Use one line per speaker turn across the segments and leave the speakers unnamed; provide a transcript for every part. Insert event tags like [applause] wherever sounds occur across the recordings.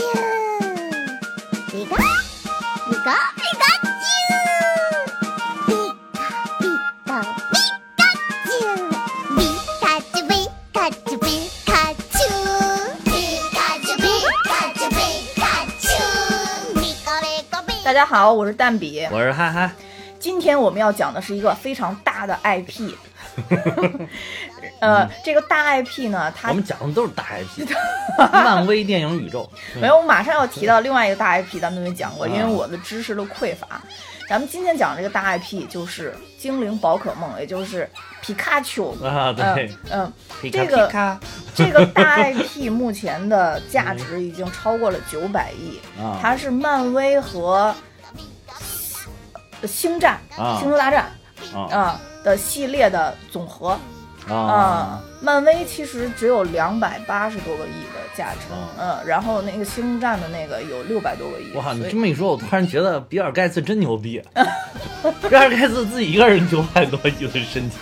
啾，比嘎比嘎比嘎啾，比嘎比嘎比嘎啾，比嘎啾比嘎啾比嘎啾，比嘎啾比嘎啾比嘎啾，比嘎嘞个比。
大家好，我是蛋比。
[laughs] 我是憨憨，
今天我们要讲的是一个非常大的
[laughs]
IP，呃，这个大 IP 呢，它
嗯我们讲的都是大
[laughs]
IP，漫威电影宇宙。
没有，我马上要提到另外一个大 IP，咱们没讲过，因为
啊
我的知识的匮乏。咱们今天讲这个大 IP 就是精灵宝可梦，也就是皮卡丘。
啊，对，
嗯、嗯
皮卡
这
皮
个
卡
这个
[laughs]
大 IP 目前的价值已经超过了九百亿，
啊，
它是漫威和星战、
啊
星球大战
啊
啊、的系列的总和。啊
啊，，
漫威其实只有两百八十多个亿的价值，
哦
嗯，然后那个星战的那个有六百多个亿，
哇，
嗯所
你
以
这么一说，我突然觉得比尔盖茨真牛逼， [laughs] 比尔盖茨自己一个人九百多亿的身体，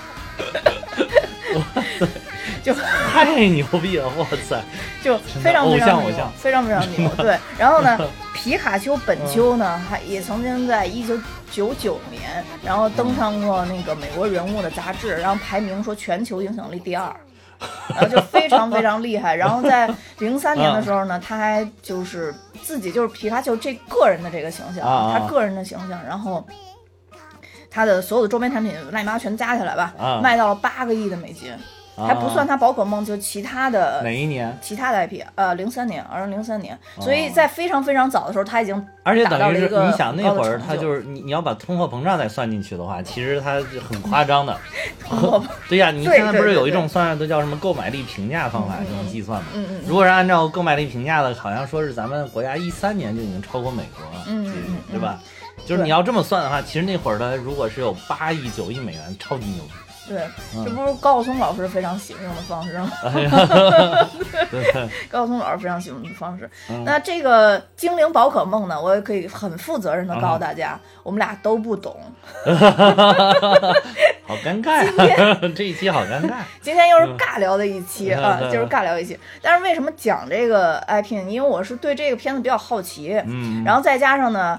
就
太牛逼了，哇塞！
就
真的
非常非常
偶像
牛
偶像，
非常
[laughs]
非常牛。对，然后呢，皮卡丘本丘呢，还也曾经在一九九九年，然后
嗯
登上过那个美国人物的杂志，然后排名说全球影响力第二。然后就非常非常厉害，然后
[laughs]
在零三年
嗯
的时候呢，他还就是自己就是皮卡丘这个人的这个形象，
啊啊
他个人的形象，然后他的所有的周边产品乱七八糟全加起来吧，
啊
卖到了八个亿的美金，还不算
他
他宝可梦，就其他的
哪一年，
其他的 IP，呃，零三年，二零零三年，所以在非常非常早的时候，他已经
哦而且
达到
等于
了
是
一个
你想那会
很高
儿
的成就
他
[laughs]
就是你你要把通货膨胀再算进去的话，其实他是很夸张的。
我
对呀，你
对
现在
对
不是
对
有一
对
种算法都叫什么购买力评价方法这种计算吗？ [laughs]
嗯嗯
如果是按照购买力评价的，好像说是咱们国家一三年就已经超过美国了，
嗯
其实
嗯嗯
对吧？就是你要这么算的话，其实那会儿的如果是有八亿九亿美元，超级牛逼。
对，
嗯哎
这不是高晓松老师非常喜欢用的方式吗？ [laughs]
对对
高晓松老师非常喜欢用的方式。
嗯
那这个精灵宝可梦呢，我也可以很负责任的告诉大家，
嗯
我们俩都不懂。
好尴尬呀！这一期好尴尬。
今天又是尬聊的一期、
嗯
啊，
嗯
就是尬聊一期。但是为什么讲这个 IP？呢因为我是对这个片子比较好奇，[laughs]
嗯，
然后再加上呢，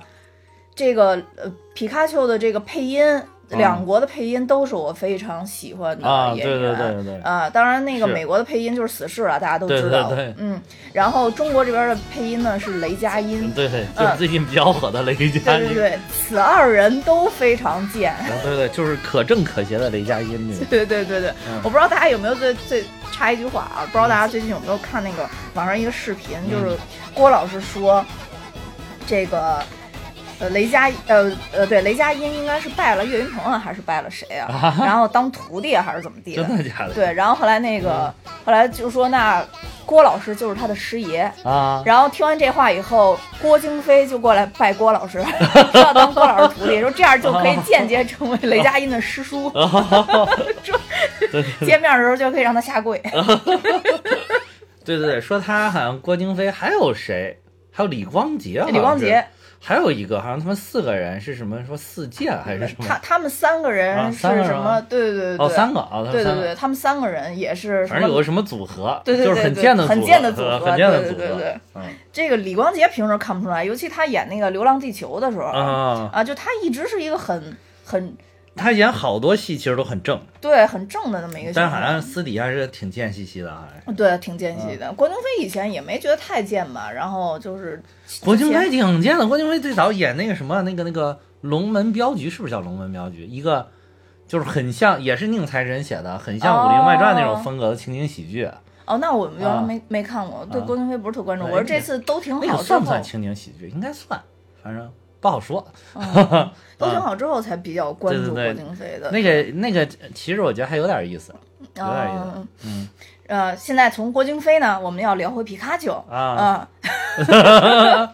这个呃皮卡丘的这个配音。两国的配音都是我非常喜欢
嗯啊
的演
对
员，
对对对
啊，当然那个
是
美国的配音就是死侍了，大家都
对
知道了，
对对
嗯，然后中国这边的配音呢是雷佳音，
嗯对对，就是最近比较火的雷佳
嗯对
音
对，对，此二人都非常贱，
对对，就是可正可邪的雷佳音那种。
[laughs] 对对对对，
嗯
我不知道大家有没有最最插一句话啊，不知道大家最近有没有看那个网上一个视频，就是
嗯
郭老师说这个。呃，雷佳呃呃，对，雷佳音应该是拜了岳云鹏啊，还是拜了谁啊？然后当徒弟啊还是怎么地的？
真的嗯假的？
对，然后后来那个，后来就说那郭老师就是他的师爷。
啊，
然后听完这话以后，郭京飞就过来拜郭老
[laughs]
师，说要当郭老师徒弟，说这样就可以间接成为雷佳音的师
[laughs]
叔。
哦
[laughs] 说见面的时候就可以让他下跪。
对对对，说他好像郭京飞，还有谁？还有李光洁，
李光洁，，
还有一个好像他们四个人是什么？说四剑还是什
嗯他
么？
他们三个人
啊
是
三个人
什么
吗？
对对对对，
哦，三个啊，他
对
们
对
三个
对，，他们三个人也是什
反正有
么？
个什么组合，
对对
就是
对
很
对
贱的
很
组
贱的
合
组
呃
合
很贱的
对
组
对对对
合，嗯
这个李光洁平时看不出来，尤其他演那个《流浪地球》的时候
啊，
啊，就他一直是一个很很
他演好多戏其实都很正，
对很正的那么一个形
但
象。
是好像私底下是挺贱兮兮的，啊好像是。
对，挺奸细
嗯
的。郭京飞以前也没觉得太贱吧，然后就是
郭京
之
飞
前
挺贱的，郭京飞最早演那个什么那个那个龙门镖局，是不是叫龙门镖局？一个就是很像，也是宁财神写的，很像《武林外传》那种风格的情景喜剧。
哦，那我原来
啊
没、没看过，对
啊
郭京飞不是特关注。
哎
我说
那
这
个
次都挺
那
好哦
个
之
算
后
不，算情景喜剧？应该算，反正不好说。
嗯都挺好之后才比较关注
啊对
郭
对对
京飞的。
那个那个，其实我觉得还有点意思。有点意
啊
思，嗯，
呃，现在从郭京飞呢，我们要聊回皮卡丘
啊。
啊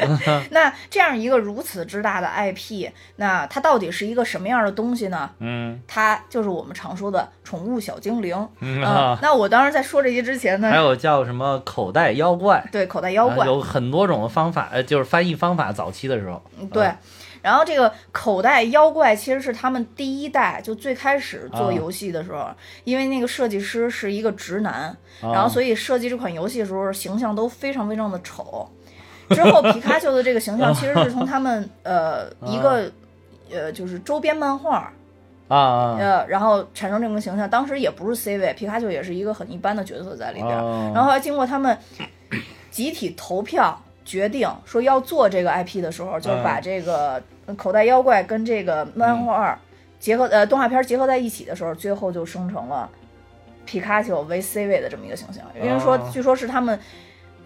[laughs] 那这样一个如此之大的 IP，那它到底是一个什么样的东西呢？
嗯
它就是我们常说的宠物小精灵。
嗯
啊
啊，
那我当时在说这些之前
还
呢，
有叫什么口袋妖怪，
对口袋妖怪
啊，有很多种方法，呃，就是翻译方法。早期的时候，
嗯对，
啊
然后这个口袋妖怪其实是他们第一代，就最开始做
啊
游戏的时候，因为那个设计师是一个直男，
啊
然后所以设计这款游戏的时候形象都非常非常的丑。之后皮卡丘的这个形象其实是从他
[laughs]
们呃一个呃就是周边漫画
啊啊
呃，然后产生这个形象。当时也不是 C 位，皮卡丘也是一个很一般的角色在里边儿。
哦
然后还经过他们集体投票决定说要做这个 IP 的时候，就
嗯
把这个口袋妖怪跟这个漫画结合、呃动画片结合在一起的时候，最后就生成了皮卡丘为 C 位的这么一个形象。因为说，
哦
据说是他们。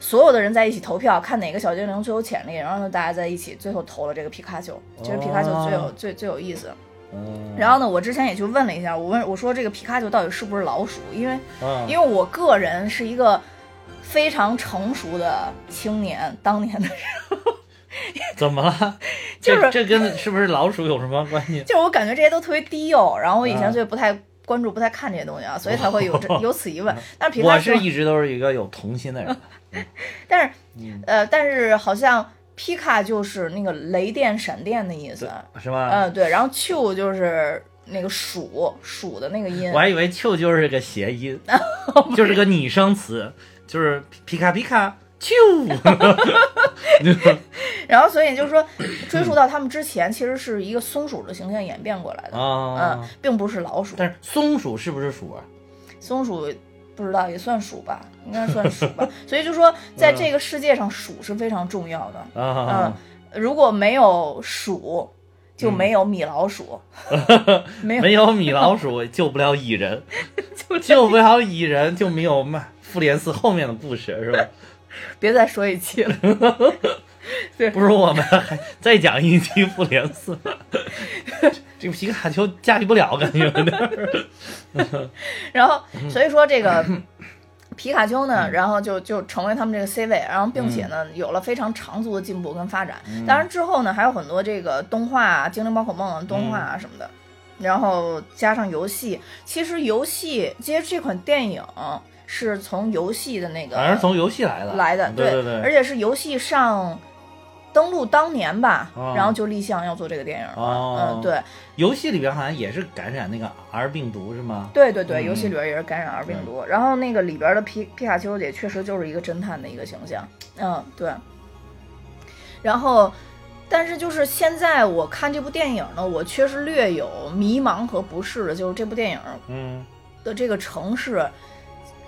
所有的人在一起投票，看哪个小精灵最有潜力，然后大家在一起，最后投了这个皮卡丘。其实皮卡丘最有、
哦
最最有意思。
嗯
然后呢，我之前也去问了一下，我问我说这个皮卡丘到底是不是老鼠？因为
嗯
因为我个人是一个非常成熟的青年，当年的人，
怎么
[laughs]
了？
就是
这这跟是不是老鼠有什么关系？
[laughs] 就是我感觉这些都特别低幼，然后我以前
啊
所以不太关注、不太看这些东西啊，所以才会有这有此疑问。 [laughs] 但是皮
哦嗯我
卡丘
是，一直都是一个有童
[laughs]
心的人，
但是
嗯
呃，但是好像皮卡就是那个雷电、闪电的意思，
是吧？
嗯，对，然后丘就是那个鼠鼠的那个音
我，还以为“啾”就是个
[laughs]
谐音，
哦
就是个拟声词，就是皮卡皮卡
[laughs]
啾。
然后所以就是说追溯到他们之前，其实是一个松鼠的形象演变过来的。嗯
啊，，
并不是老鼠，
但是松鼠是不是鼠啊？
松鼠不知道也算鼠吧，应该算鼠吧。所以就说，在这个世界上，鼠是非常重要的。嗯
啊，，
如果没有鼠，就没有米老鼠， [laughs] 没有
没有米老鼠救不了蚁
[laughs]
人，救不了蚁人就没有嘛复联四后面的故事是吧？
别再说一期了。
不如我们还再讲一期复联四，这个皮卡丘驾驭不了，感觉有点儿。
然后
嗯
所以说这个皮卡丘呢，然后就就成为他们这个 C 位，然后并且呢
嗯
有了非常长足的进步跟发展。当然之后呢还有很多这个动画啊《精灵宝可梦》
嗯
啊动画啊什么的，然后加上游戏。其实游戏，其实这款电影是从游戏的那个
反正是从游戏来的，嗯
来的，
对
而
对。
且是游戏上。登陆当年吧，
哦
然后就立项要做这个电影了。
哦
嗯，对，
游戏里边好像也是感染那个 R 病毒是吗？
对对对，
嗯
游戏里边也是感染 R 病毒，然后那个里边的皮皮卡丘也确实就是一个侦探的一个形象，嗯，对。然后，但是就是现在我看这部电影呢，我确实略有迷茫和不适的，就是这部电影
嗯，
的这个城市，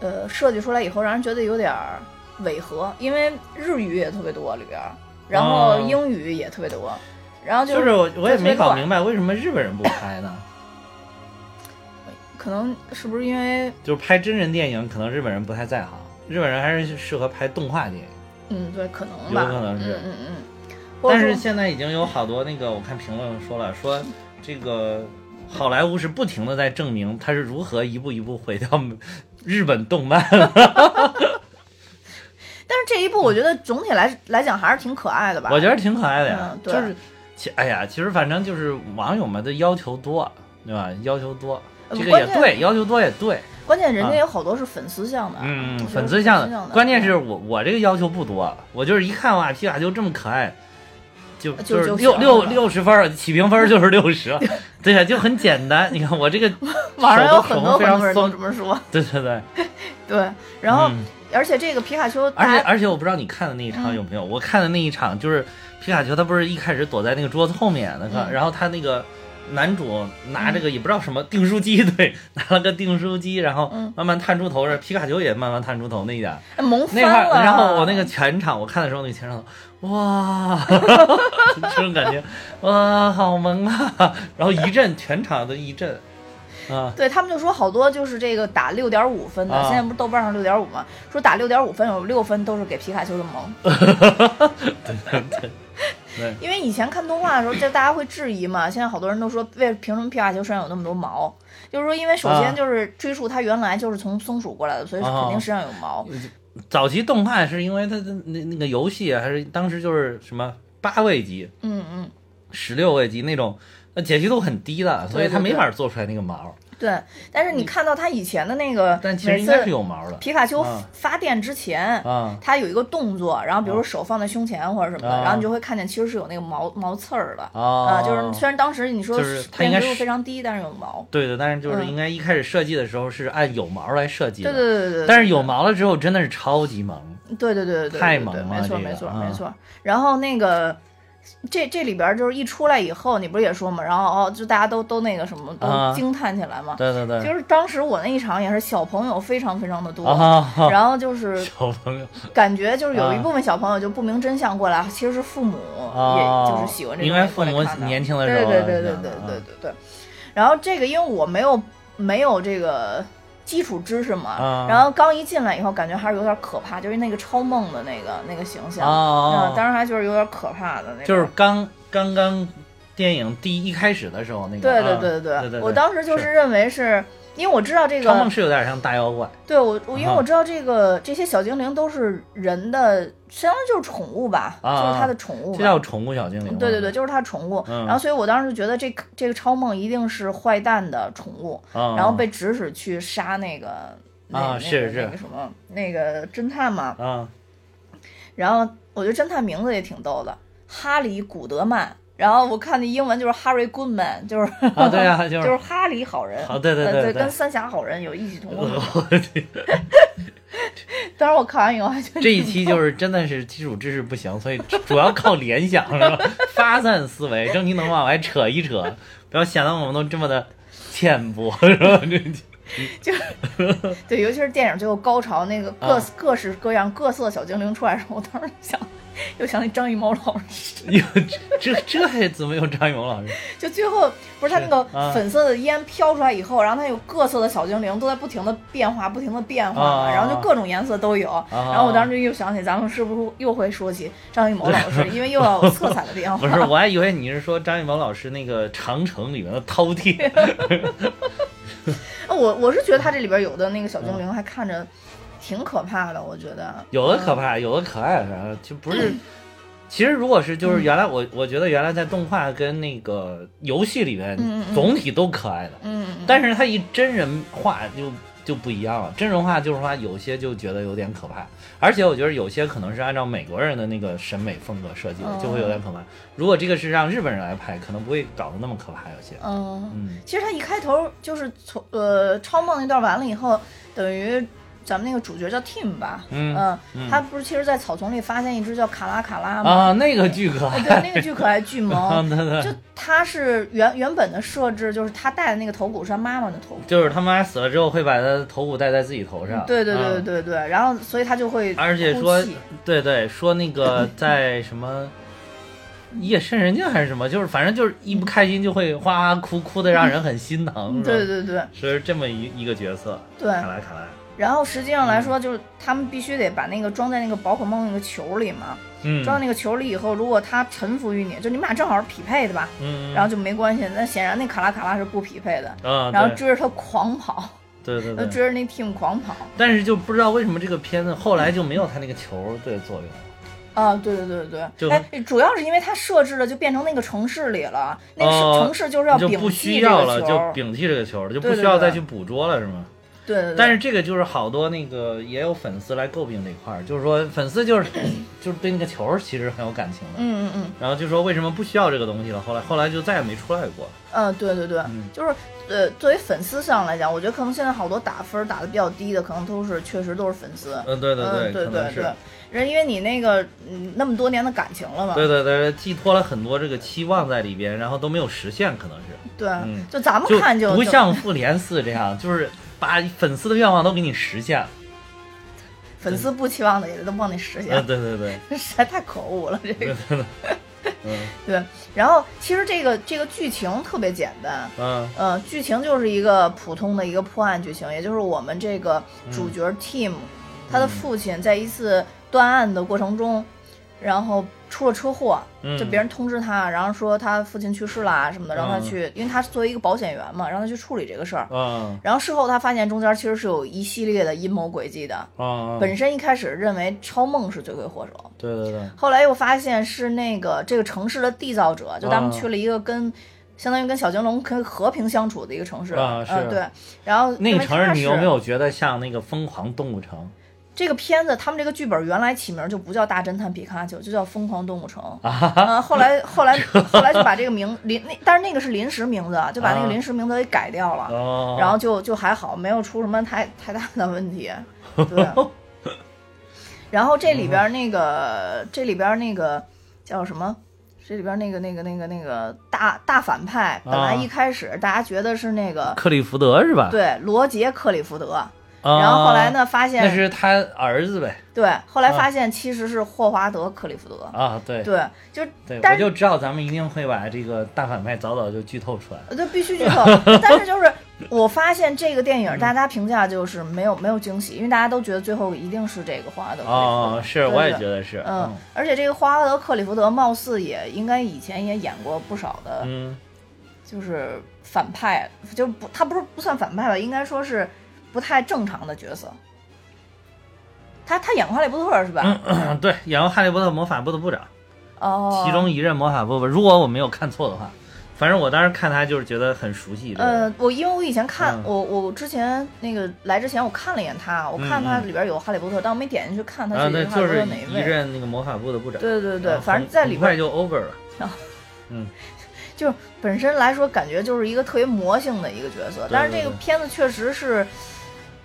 呃，设计出来以后，让人觉得有点儿违和，因为日语也特别多里边儿，然后
哦
英语也特别多，然后
就是我我也没搞明
白，
白为什么日本人不拍呢？
可能是不是因为
就是拍真人电影，可能日本人不太在行，日本人还是适合拍动画电影。
嗯，对，可能吧，
有可能是
嗯嗯嗯。或者
但是
说
现在已经有好多那个，我看评论说了，说这个好莱坞是不停的在证明它是如何一步一步毁掉日本
[laughs]
动漫。
但是这一部我觉得总体来来讲还是挺可爱的吧。
我觉得挺可爱的呀
嗯，对
就是其哎呀，其实反正就是网友们的要求多，对吧？要求多，
呃
这个
关
也
键
对，要求多也对。
关键人家
啊
有好多是粉丝向的，
嗯，
就是
粉丝向
的嗯
的，，关键是我我这个要求不多，我就是一看哇，皮卡丘这么可爱，就
就
就是
呃就
六
行
六
了
六十分儿，起评分儿就是六十，
[laughs]
对呀，就很简单。你看我这个
网上
手
有
都
很
疼
多
非
很
常
多人都哎
松
这么说。
对对对，
对，然后、
嗯
而且这个皮卡丘，
而且
大家
而且我不知道你看的那一场
嗯
有没有，我看的那一场就是皮卡丘，他不是一开始躲在那个桌子后面那个，
嗯
然后他那个男主拿这个也不知道什么订书机，对， [laughs] 拿了个订书机，然后
嗯
慢慢探出头，皮卡丘也慢慢探出头那一点。
哎萌
那
翻
块儿
了。
然后我那个全场，我看的时候，那个全场，哇， [laughs] 这种感觉，哇，好萌啊！ [laughs] 然后一阵，全场都一阵，啊， [laughs]
对他们就说好多就是这个打六点五分的，
啊
现在不是豆瓣上六点五嘛，说打六点五分有六分都是给皮卡丘的萌，
对对对，
因为以前看动画的时候，就大家会质疑
[laughs]
嘛，现在好多人都说，为凭什么皮卡丘身上有那么多毛？就是说，因为首先
啊
就是追溯它原来就是从松鼠过来的，所以肯定
哦
身上有毛。
早期动画是因为它的那那个游戏啊还是当时就是什么八位级、
嗯嗯，
十六位级那种，那解析度很低的，所以它
对对
没法做出来那个毛。
对。但是你看到它以前的那个，
嗯但其实
每
应该是
次
有毛的
皮卡丘
啊
发电之前。
啊。
它有一个动作，然后比如说手放在胸前或者什么的，
啊
然后你就会看见其实是有那个毛毛刺儿的，
哦
啊，就是虽然当时你说
就是它
辨
应该
识度
是
非常低，但是有毛，
对的，但是就是
嗯
应该一开始设计的时候是按有毛来设计的，
对对对对对，
但是有毛了之后真的是超级萌，
对对对对对，
太
对
猛
对
了
没错
这个
没错
啊
没错。然后那个这这里边儿就是一出来以后，你不是也说嘛，然后哦，就大家都都那个什么，
啊
都惊叹起来嘛。
对对对，
就是当时我那一场也是小朋友非常非常的多，
啊，
然后就是
小朋友
感觉就是有一
啊
部分小朋友就不明真相过来，其实是父母
啊，
也就是喜欢这
应
种
该
东西
父
过来
母
看的，
年轻的时
对
候
对
啊，
对对对
这样的
对对对。然后这个因为我没有没有这个基础知识嘛，
啊
然后刚一进来以后感觉还是有点可怕，就是那个超梦的那个那个形象，
啊啊
啊
啊
当时还就是有点可怕的那个，
就是刚刚刚电影第一开始的时候那个，
对对
啊
对
对对对，
我当时就是认为是。因为我知道这个
超梦是有点像大妖怪，
对我，我因为
啊
我知道这个这些小精灵都是人的，相当于就是宠物吧，
啊
就是它的宠物吧。
这叫宠物小精灵吗，
对对对，就是它宠物。
嗯
然后，所以我当时就觉得这个这个超梦一定是坏蛋的宠物，
啊，
然后被指使去杀那个那、
啊
那个
是是
那个什么那个侦探嘛。
啊
然后我觉得侦探名字也挺逗的，哈里古德曼。然后我看那英文就是 Harry Goodman，就是
啊对
[laughs]
啊，就
就是是哈里好人，
好对对
呃
对
对
对呃
跟三峡好人有异曲同工之
我的天
当时我看完以后还 [laughs] 觉得
这一期就是真的是基础知识不行， [laughs] 所以主要靠联想是吧？发散思维，正经能往外扯一扯，不要显得我们都这么的浅薄是吧？这 [laughs]
对，尤其是电影最后高潮那个各、
啊
各式各样各色小精灵出来的时候，我当时就想， [laughs] 又想起张艺谋老师，
有这这还怎么有张艺谋老师？
就最后不是他那
是啊
个粉色的烟飘出来以后，然后他有各色的小精灵都在不停的变化，不停的变化嘛，
啊
然后就各种颜色都有。然后我当时就又想起咱们是不是又会说起张艺谋老
[laughs]
师，因为又要有色彩的变
不
化。
是，我还以为你是说张艺谋老师那个《长城》里面的饕餮
呃我我是觉得他这里边有的那个小精灵还看着挺可怕的，我觉得
嗯有的可怕，有的可爱，反正就不
[laughs]
是。其实如果是就是原来我我觉得原来在动画跟那个游戏里面
嗯嗯嗯
总体都可爱的，
嗯，嗯，
但是它一真人化就就不一样了，真人化就是说有些就觉得有点可怕，而且我觉得有些可能是按照美国人的那个审美风格设计的，
哦
就会有点可怕。如果这个是让日本人来拍，可能不会搞得那么可怕。有些，
嗯。
嗯，
其实他一开头就是从呃超梦那段完了以后，等于咱们那个主角叫 Tim 吧，
嗯嗯
他不是其实，在草丛里发现一只叫卡拉卡拉吗？
啊，那个巨可爱，
对，那个巨可爱巨
[laughs]
萌。
对对
就
对，
他是原原本的设置，就是他戴的那个头骨是他妈妈的头骨。
就是他妈死了之后会把他头骨戴在自己头上，
对对
嗯
对对对对，然后所以他就会
而且说
哭泣，
对对，说那个在什么夜深人静还是什么，就是反正就是一不开心就会哗哗哭，哭的让人很心疼。是吧
嗯对，对对
是这么一一个角色。
对
卡，莱卡莱，
然后实际上来
嗯
说，就是他们必须得把那个装在那个宝可梦那个球里嘛，
嗯
装在那个球里以后，如果它臣服于你，就你们俩正好是匹配的吧，
嗯，
然后就没关系。那显然那卡拉卡拉是不匹配的，
啊，
然后
对
追着他狂跑，
对
就
对
追
对，
着那 team 狂跑。
但是就不知道为什么这个片子后来就没有他那个球的作用。
啊，对对对
就
对，哎，主要是因为它设置的就变成那个城市里了，那个
哦
城城市就是要
就
摒
不
弃
需
这个
要了，
球
就
儿，
摒弃这个球了，就不
对对
需要
对
再去捕捉了，是吗？
对对对。
但是这个就是好多那个也有粉丝来诟病这一块儿，就是说粉
[clears throat]
丝就是就是对那个球其实很有感情的，
嗯嗯嗯
然后就说为什么不需要这个东西了，后来后来就再也没出来过。
嗯，对对对，
嗯
就是呃，作为粉丝上来讲，我觉得可能现在好多打分儿打的比较低的，可能都是确实都是粉丝。
嗯，对对
嗯，对
可能
对
是
对，，人因为你那个嗯那么多年的感情了嘛，
对对对，寄托了很多这个期望在里边，然后都没有实现，可能是。
对
嗯
就咱们
就
看就
不
就
像复联四这样，就是把粉丝的愿望都给你实现了。
粉丝不期望的也都帮你实现
嗯，，对对对，
实在太可恶了，
[laughs]
这个
嗯
[laughs] 对。然后其实这个这个剧情特别简单，
嗯
呃，剧情就是一个普通的一个破案剧情，也就是我们这个
嗯
主角 Tim，、他的父亲在一次断案的过程中，然后出了车祸，
嗯
就别人通知他，然后说他父亲去世啦什么的，让他
嗯
去，因为他作为一个保险员嘛，让他去处理这个事儿。
嗯
然后事后他发现中间其实是有一系列的阴谋诡计的，
嗯，
本身一开始认为超梦是罪魁祸首，
对对对，
后来又发现是那个这个城市的缔造者，就他们
啊
去了一个跟。相当于跟小精灵可以和平相处的一个城市
啊是
嗯对。然后
那
因
个
为
城市
它
你有
是
没有觉得像那个《疯狂动物城
这个片子？他们这个剧本原来起名就不叫《大侦探皮卡丘》，就叫《疯狂动物城》啊。后来后来后来就把这个名临那，但是那个是临时名字，啊，就把那
啊
个临时名字给改掉了》。。
哦，
然后就就还好，没有出什么太太大的问题。对。然后这里边那个，这里边那个叫什么？这里边那个那个那个那个大大反派，本来
啊
一开始大家觉得是那个、
克利福德是吧？，
对罗杰克里福德，
啊、
然后后来？呢发
那
现
是他儿子呗？
对，后来
啊
发现其实是霍华德克里福德，
啊，对
对，就
对，
但
我
是
就知道咱们一定会把这个大反派早早就剧透出来。
对，必须剧
[laughs]
透。但是就是我发现这个电影，大家评价就是没有没有惊喜，因为大家都觉得最后一定是这个花花德克里福德。
哦，是，
对
我也
对
觉得是。
嗯，而且这个花花德克里福德貌似也应该以前也演过不少的，
嗯
就是反派，就不他不是不算反派吧，应该说是不太正常的角色。他他演过《哈利波特》是吧？
嗯，对，演过《哈利波特》魔法部的部长，
哦，
其中一任魔法部，如果我没有看错的话，反正我当时看他就是觉得很熟悉。这个人
呃，我因为我以前看、
嗯
我我之前那个来之前我看了一眼他，我看他
嗯嗯
里边有哈利波特，但我没点进去看他
啊，
具体
对，
是哈利
就
波特
是
哪一
一
位。
任那个魔法部的部长。
对对对，
然后
反正在里
很快
边
就 over 了。
就是本身来说，感觉就是一个特别魔性的一个角色。
对
但是这
对
个
对
片子确实是，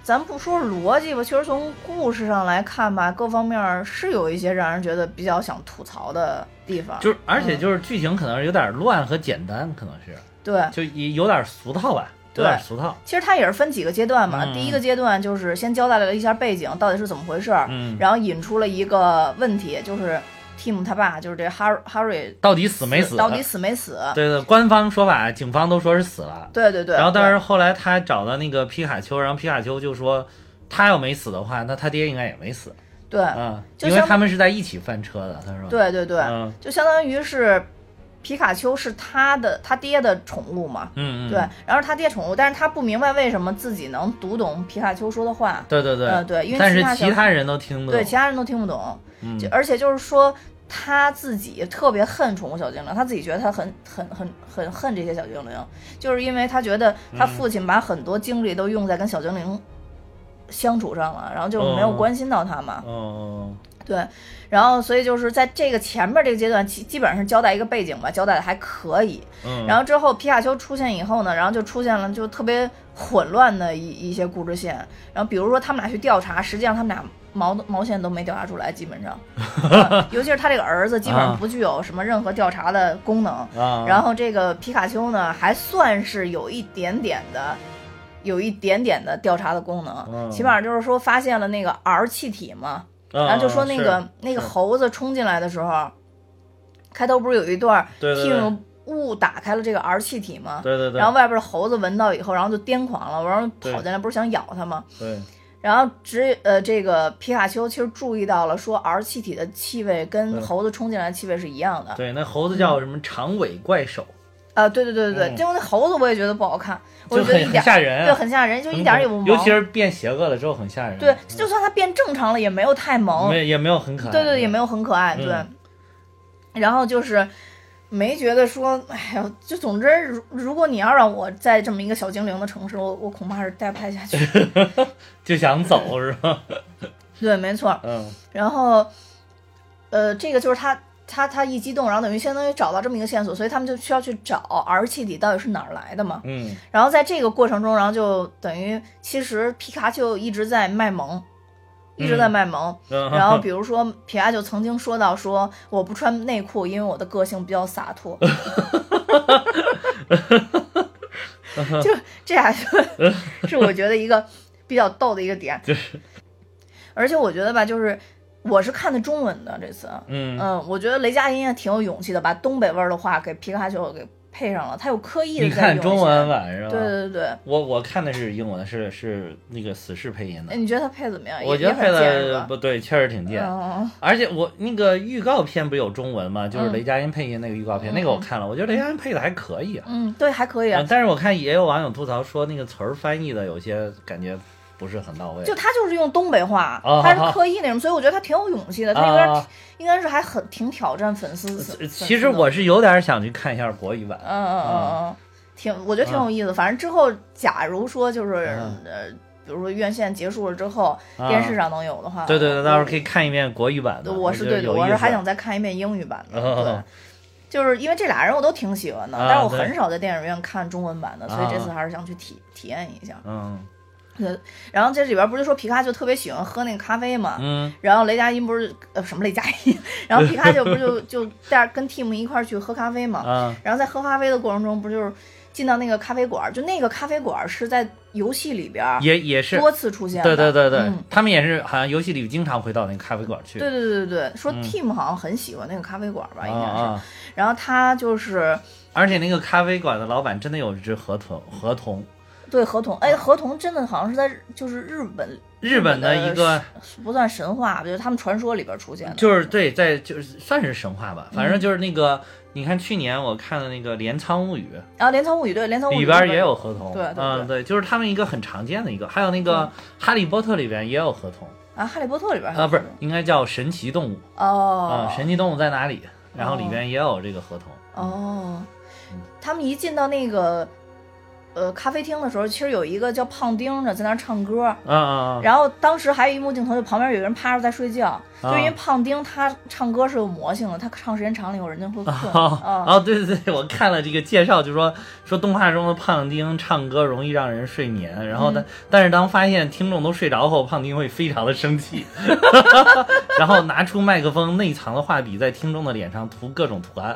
咱不说逻辑吧，确实从故事上来看吧，各方面是有一些让人觉得比较想吐槽的地方。
就是，而
嗯
且就是剧情可能有点乱和简单，可能是
对，
就也有点俗套吧，有
嗯对
点俗套。
其实它也是分几个阶段嘛。
嗯
第一个阶段就是先交代了一下背景，到底是怎么回事儿，
嗯
然后引出了一个问题，就是 Tim 他爸，就是这哈哈瑞
到底死没死？
到底死没死？
对对，官方说法，警方都说是死了。
对对对。
然后，但是
对
后来他找到那个皮卡丘，然后皮卡丘就说，他要没死的话，那他爹应该也没死
对、
啊，
就
因为
像
他们是在一起翻车的。他说，
对对对，
嗯
就相当于是皮卡丘是他的他爹的宠物嘛。
嗯嗯，
对，然后他爹宠物，但是他不明白为什么自己能读懂皮卡丘说的话，
对对对
呃对因为
但是
其他小
其他人都听不懂
对，其他人都听不懂。
嗯
就而且就是说他自己特别恨宠物小精灵，他自己觉得他很很很很恨这些小精灵，就是因为他觉得他父亲把很多精力都用在跟小精灵相处上了，然后就没有
哦
关心到他嘛。
哦，
对，然后所以就是在这个前面这个阶段，基基本上是交代一个背景吧，交代的还可以。
嗯，
然后之后皮卡丘出现以后呢，然后就出现了就特别混乱的一一些故事线。然后比如说他们俩去调查，实际上他们俩毛都毛线都没调查出来，基本
[laughs]
上，啊尤其是他这个儿子，基本上
啊
不具有什么任何调查的功能。
啊，
然后这个皮卡丘呢，还算是有一点点的，有一点点的调查的功能，
嗯
起码就是说发现了那个 R 气体嘛，
嗯
然后就说那个
是
那个
是
猴子冲进来的时候，开头不是有一段儿
对对对
Tim 误打开了这个 R 气体吗？
对对对，
然后外边的猴子闻到以后，然后就癫狂了，然后
对
跑进来不是想咬它吗？
对，
然后只呃这个皮卡丘其实注意到了，说 R 气体的气味跟
对
猴子冲进来的气味是一样的。
嗯对，那猴子
嗯
叫什么长尾怪手，
啊，对对对对对，
嗯
因为那猴子我也觉得不好看，我
就
觉得
很
一
很
点
吓人啊，
对很吓人，就一点儿也不萌。
很尤其是变邪恶了之后很吓人，
对，就算它变正常了，也没有太萌。
没也没有很可爱，
对对，也没有很可爱，
嗯
对。然后就是没觉得说，哎呀，就总之，如如果你要让我在这么一个小精灵的城市，我我恐怕是待不太下
[laughs]
去。
就想走是吧？
对，没错。
嗯
然后，呃，这个就是他他他一激动，然后等于相当于找到这么一个线索，所以他们就需要去找 R 气体到底是哪儿来的嘛。
嗯，
然后在这个过程中，然后就等于其实皮卡丘一直在卖萌，一直在
嗯
卖萌。然
[laughs] 然
后比如说皮亚就曾经说到说我不穿内裤，因为我的个性比较洒
[laughs]
脱。就这俩就是我觉得一个比较逗的一个点，
就是
而且我觉得吧，就是我是看的中文的这次，
嗯
嗯，我觉得雷佳音也挺有勇气的，把东北味儿的话给皮卡丘给配上了，他有刻意
你
的在
看
用
中
一些
文，版是吧？
对对对对，
我我看的是英文，是是那个死侍配音的
哎，，你觉得他配的怎么样？
我
也
觉
也
得
很
配
贱是
的
吧
不对，确实挺贱。
嗯，
而且我那个预告片不是有中文吗？就是
嗯
雷佳音配音那个预告片，
嗯
那个我看了，我觉得雷佳音配的还可以啊。
嗯，对，还可以啊
嗯，但是我看也有网友吐槽说那个词儿翻译的有些感觉不是很到位。
就他就是用东北话，
哦
他是
好好
刻意那种，所以我觉得他挺有勇气的，他有点、
啊，呃
应该是还很挺挑战粉丝的。粉丝的
其实我是有点想去看一下国语版
嗯，嗯嗯嗯，挺我觉得挺有意思。反正之后，假如说就是、
啊嗯
呃，比如说院线结束了之后，
啊
电视上能有的话，
对对对，
我
到时候可以看一遍国语版的。
我是
觉
对
得
的，
有
我
意
是
思
还想再看一遍英语版的，
哦
对。就是因为这俩人我都挺喜欢的，
啊
但是我
对啊
很少在电影院看中文版的，所以这次还是想去体体验一下。
嗯，
呃然后这里边不是说皮卡丘特别喜欢喝那个咖啡嘛，
嗯，
然后雷佳音不是呃什么雷佳音， [laughs] 然后皮卡丘不是就就
[laughs]
带着跟 team 一块儿去喝咖啡嘛，
啊，
然后在喝咖啡的过程中，不就是进到那个咖啡馆儿，就那个咖啡馆儿是在游戏里边儿
也也是，
多次出现
对
的，
对对对
嗯，
他们也是好像游戏里经常会到那个咖啡馆去，
对对对对对，说
嗯
Team 好像很喜欢那个咖啡馆儿吧，
啊
应该是。
啊，
然后他就是
而且那个咖啡馆的老板真的有一只合同合同，
对合同，哎，合同真的好像是在日就是日本
日本的一个
不算神话，就是他们传说里边儿出现的。
就是对，在就是算是神话吧，
嗯
反正就是那个，你看去年我看的那个《镰仓物语
然后《镰啊仓物语》对《镰仓》物语
里边儿也有合同，
对对对
嗯对，就是他们一个很常见的一个，还有那个《哈利波特》里边也有合同
啊，《哈利波特》里边儿还
啊，不是
有
应该叫神奇动物
哦
啊，神奇动物在哪里？然后里边也有这个合同，
哦，他们一进到那个呃咖啡厅的时候，其实有一个叫胖丁的在那儿唱歌，
啊啊啊，
然后当时还有一幕镜头，就旁边有人趴着在睡觉，就因为胖丁他唱歌是有魔性的，他唱时间长了以后人就会困
[laughs] 哦
啊。
哦，对对对，我看了这个介绍，就说说动画中的胖丁唱歌容易让人睡眠，然后但、但是当发现听众都睡着后，胖丁会非常的生气， [laughs] 然后拿出麦克风内藏的画笔在听众的脸上涂各种图案，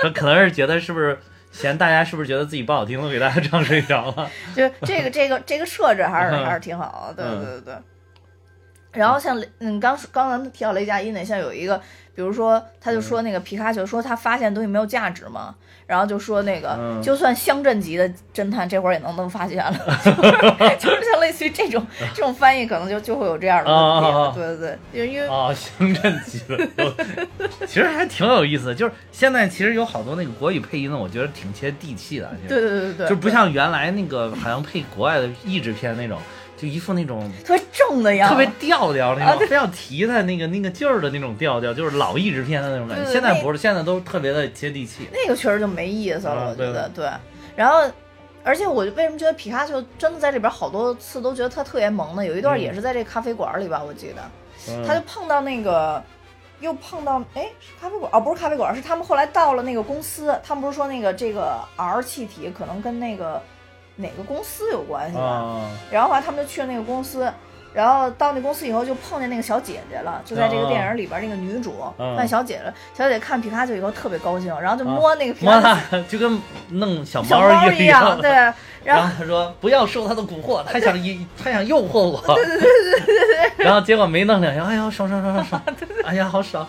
说可能是觉得是不是嫌大家是不是觉得自己不好听，都给大家唱睡着了，
就这个这个这个设置还是
嗯
还是挺好的，对
嗯
对对对。然后像雷，嗯，刚刚刚提到雷佳音呢，像有一个，比如说，他就
嗯
说那个皮卡丘说他发现东西没有价值嘛，然后就说那个、
嗯
就算乡镇级的侦探这会儿也能能发现了， [laughs] 就是像类似于这种这种翻译，可能就就会有这样的问题，
哦哦哦
对对对，因为、
哦，乡镇级的，其实还挺有意思的，就是现在其实有好多那个国语配音呢，我觉得挺接地气的，其实
对对对对对，
就不像原来那个好像配国外的译制片那种，就一副那种
特别正的样
特
子，
别调调那
啊
种，非要提他那个那个劲儿的那种调调，就是老译制片的那种感觉。
对
现在
那
不是，现在都特别的接地气。
那个确实就没意思了，
嗯
我觉
对
得对。然后，而且我为什么觉得皮卡丘真的在里边好多次都觉得他特别萌呢？有一段
嗯
也是在这咖啡馆里吧，我记得他就
嗯
碰到那个。又碰到哎，是咖啡馆哦，不是咖啡馆，是他们后来到了那个公司。他们不是说那个这个 R 气体可能跟那个哪个公司有关系吧？
啊，
然后后来他们就去了那个公司，然后到那公司以后就碰见那个小姐姐了，就在这个电影里边那个女主
嗯
那小姐姐，小姐姐看皮卡丘以后特别高兴，然后就
啊
摸那个皮
妈
卡丘。
的，就跟弄小
小
猫
猫
儿
一
样啊
样，。
[laughs]
对，然
然
后
后他说不要受他的蛊惑，他想引，他想诱惑我。对对对对 [laughs] 对。然后结果没弄两下，哎呦爽爽爽爽爽，
[laughs]
哎呀好爽。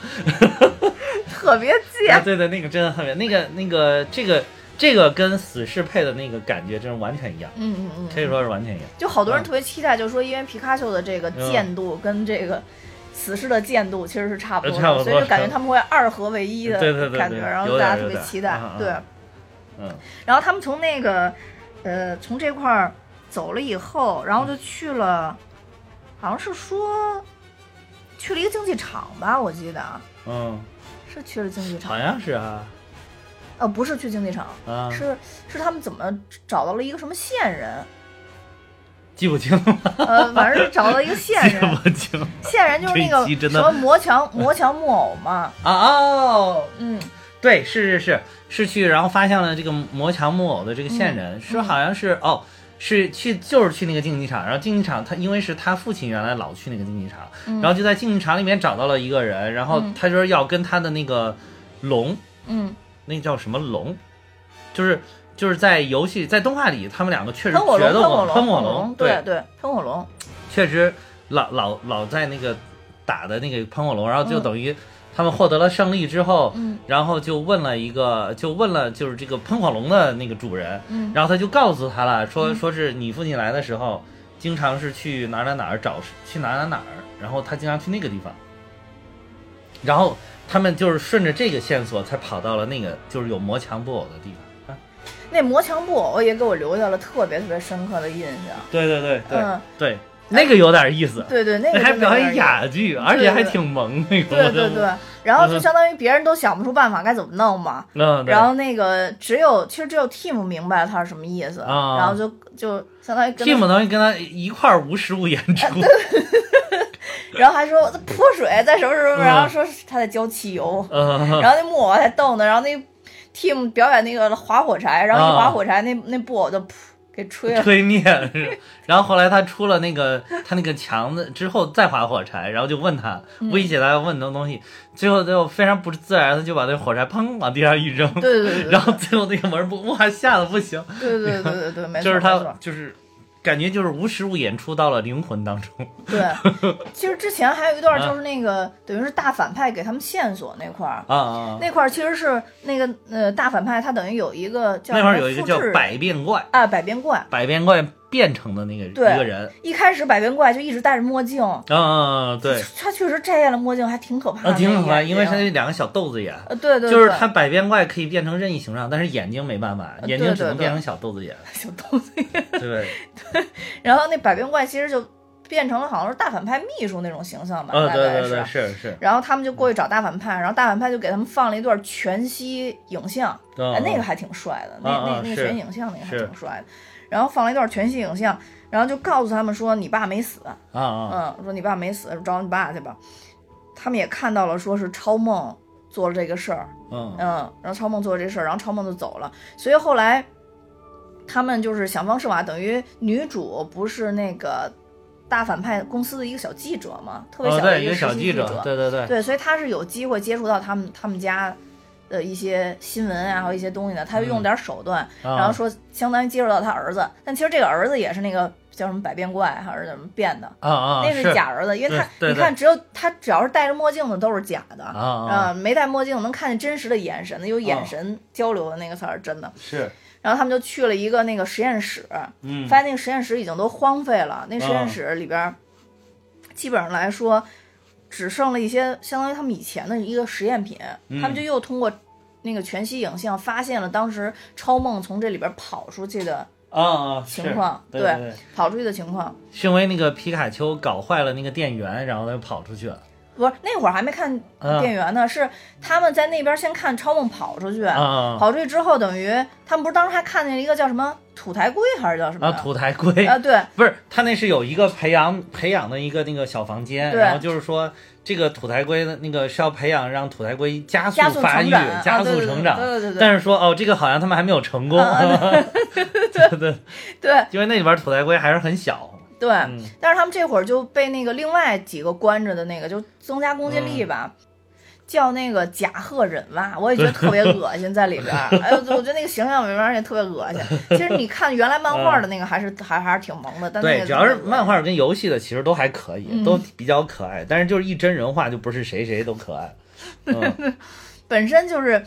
特别
啊，
贱，
对对，那个真的特别，那个那个这个这个跟死侍配的那个感觉真是完全一样，
嗯嗯嗯，
可以说是完全一样。
就好多人
嗯
特别期待，就说因为皮卡丘的这个贱度跟这个死侍的贱度其实是差不多
呃差不
的，
多
所以就感觉他们会二合为一的
对对对对
感觉，然后
有点
大家
有
特别
点
期待
嗯，嗯
对。
嗯
然后他们从那个，呃，从这块儿走了以后，然后就去了，好像是说去了一个竞技场吧，我记得啊，
嗯，
是去了竞技场
好，像是啊
呃，不是去竞技场，
啊，
是是他们怎么找到了一个什么线人，
记不清了， [laughs]
呃，反正是找到一个线
记
人，
不清了
[laughs] 线人就是那个
这一集真
什
的
么魔墙 [laughs] 魔墙木偶嘛，
啊哦，
嗯，
对，是是是是去，然后发现了这个魔墙木偶的这个
嗯
线人，说好像是哦。是去就是去那个竞技场，然后竞技场他因为是他父亲原来老去那个竞技场，然后就在竞技场里面找到了一个人，然后
嗯
他说要跟他的那个龙，
嗯，
那叫什么龙，就是就是在游戏在动画里，他们两个确实
喷火
觉
龙，
得
喷火
我
龙，
喷
喷
火
龙，对
对，
对，喷火龙，
确实老老老在那个打的那个喷火龙，然后就
嗯
等于他们获得了胜利之后，
嗯
然后就问了一个，就问了就是这个喷火龙的那个主人，
嗯
然后他就告诉他了，说说是你父亲来的时候，经常是去哪儿哪儿哪儿找去哪儿哪儿哪儿，然后他经常去那个地方，然后他们就是顺着这个线索才跑到了那个就是有魔墙布偶的地方。啊
那魔墙木偶也给我留下了特别特别深刻的印象。
对对对对、
嗯
对，那个有点意思，
对对，那个
[laughs] 那还
真的有
表
点
演
意思。
哑剧，而且还挺萌那个。
对对对，然后就相当于别人都想不出办法该怎么弄嘛，
嗯，对
然后那个只有其实只有 Team 明白他是什么意思，
啊
然后就就相当于跟他
Team 等于跟他一块儿无实物演
[laughs]
出，
然后还说泼水在什么什么，
嗯
然后说是他在浇汽油，
[laughs] 嗯，
然后那木偶还逗呢，然后那 Team 表演那个划火柴，然后一
啊
划火柴，那那布偶就噗给吹
[laughs]
了。
吹灭是。然后后来他出了那个他那个墙子之后再划火柴，然后就问他
嗯
威胁他问东东西，最后最后非常不自然的就把那火柴砰往地上一扔，
对对对对，
然后最后那个门不哇吓得不行，
对对对对对，没错
[laughs] 就是
没
他
错
就是感觉就是无实物演出到了灵魂当中，
对。
[laughs]
其实之前还有一
啊
段就是那个等于是大反派给他们线索那块儿。
啊啊，啊
那块儿其实是那个呃大反派，他等于有一个叫
那块儿有一
什么
个叫
复制
百变怪，
啊百变怪，
百变怪变成的那个一
对
个人，
一开始百变怪就一直戴着墨镜，
啊啊，啊
[laughs]
对，
他确实摘下了墨镜，还挺可怕
啊
的。
挺可
那
怕，
个眼睛
因为他那两个小豆子眼。
呃对对，
就是
对呃
他百变怪可以变成任意形状，但是眼睛没办法，眼睛只
对对
能
对
变成小豆子
[laughs]
眼。
小东西。
对，
然后那百变怪其实就变成了好像是大反派秘书那种形象吧，
嗯，
大
对
概
对对，
是。
是是，
然后他们就过去找大反派，然后大反派就给他们放了一段全息影像，
嗯
哎，那个还挺帅的，那
啊
那
啊
那个
是
全息影像那个还
是
挺帅的。然后放了一段全息影像，然后就告诉他们说你爸没死，
啊啊，
嗯，说你爸没死，找你爸去吧。他们也看到了，说是超梦做了这个事儿，
嗯
嗯，然后超梦做了这事儿，然后超梦就走了。所以后来他们就是想方设法，等于女主不是那个大反派公司的一个小记者嘛，特别
哦，
小的
对，
一
一个
个
小
实习
记
者，
对对对，
对，所以他是有机会接触到他们他们家。的一些新闻啊，还有一些东西呢，他就用点手段，然后
啊
说相当于接触到他儿子，但其实这个儿子也是那个叫什么百变怪还是怎么变的，
啊啊，
那是假儿子，因为他
对对
你看，只有他只要是戴着墨镜的都是假的
啊哦啊
没戴墨镜能看见真实的眼神的，有眼神交流的那个才是真的。
是，
然后他们就去了一个那个实验室，
嗯
发现那个实验室已经都荒废了，那实验室里边儿基本上来说只剩了一些相当于他们以前的一个实验品，
嗯
他们就又通过。那个全息影像发现了当时超梦从这里边跑出去的
啊啊
情况，
对对，
跑出去的情况，
是因为那个皮卡丘搞坏了那个电源，然后他就跑出去了。
不是那会儿还没看
啊
店员呢，是他们在那边先看超梦跑出去，
啊
跑出去之后，等于他们不是当时还看见一个叫什么土台龟还是叫什么
啊，
的
土台龟
啊对
不是，他那是有一个培养培养的一个那个小房间，
对
然后就是说这个土台龟的那个是要培养让土台龟加
加速
发
成
育、
长啊
加
对
速
对对
成长。
对对对对
但是说哦，这个好像他们还没有成功，
啊
对对，
对
因为那里边土台龟还是很小。
对、
嗯
但是他们这会儿就被那个另外几个关着的那个就增加攻击力吧。
嗯
叫那个甲贺忍蛙，我也觉得特别恶心，在里边
[laughs]
儿，哎呦，我觉得那个形象里边儿也特别恶心。其实你看原来漫画的那个还是还还是挺萌的，但那
对，
个哎
主要是
特别恶心
漫画跟游戏的其实都还可
嗯
以，都比较可爱，但是就是一真人化就不是谁谁都可爱。嗯，
本身就是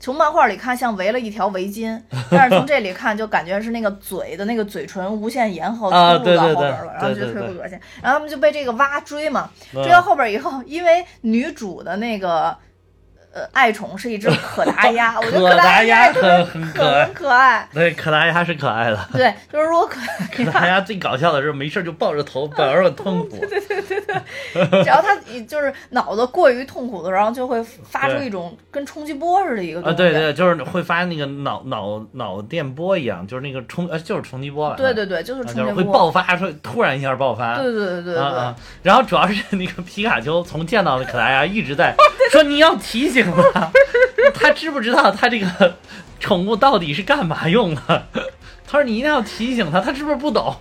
从漫画里看像围了一条围巾，但是从这里看就感觉是那个嘴的那个嘴唇无限延后
啊
突入到
对对
后
对
边了，然后
对
就
对
特别
对
恶心。然后他们就被这个蛙追嘛，
嗯
追到后边以后，因为女主的那个。呃，爱宠是一只可达鸭，我觉得
可
达
达鸭
特别
很很可爱
很可爱。
对，可达鸭是可
[laughs]
爱的，
对，就是如果可
可达鸭最搞笑的是没事就抱着头，
[laughs]
抱着痛苦。
只要它就是脑子过于痛苦的时候，然后就会发出
对
一种跟冲击波似的一个东
啊，
西。
对对，就是会发那个脑脑脑电波一样，就是那个冲呃，就是冲击波吧。
对对对，就是
啊，
冲
就
击
是
波。
会爆发出，突然一下爆发。
对对对对对。
啊啊！然后主要是那个皮卡丘从见到了可达鸭，一直
[laughs]
在说你要提醒他，他知不知道他这个宠物到底是干嘛用的？他说你一定要提醒他，他是不是
[laughs]
不懂？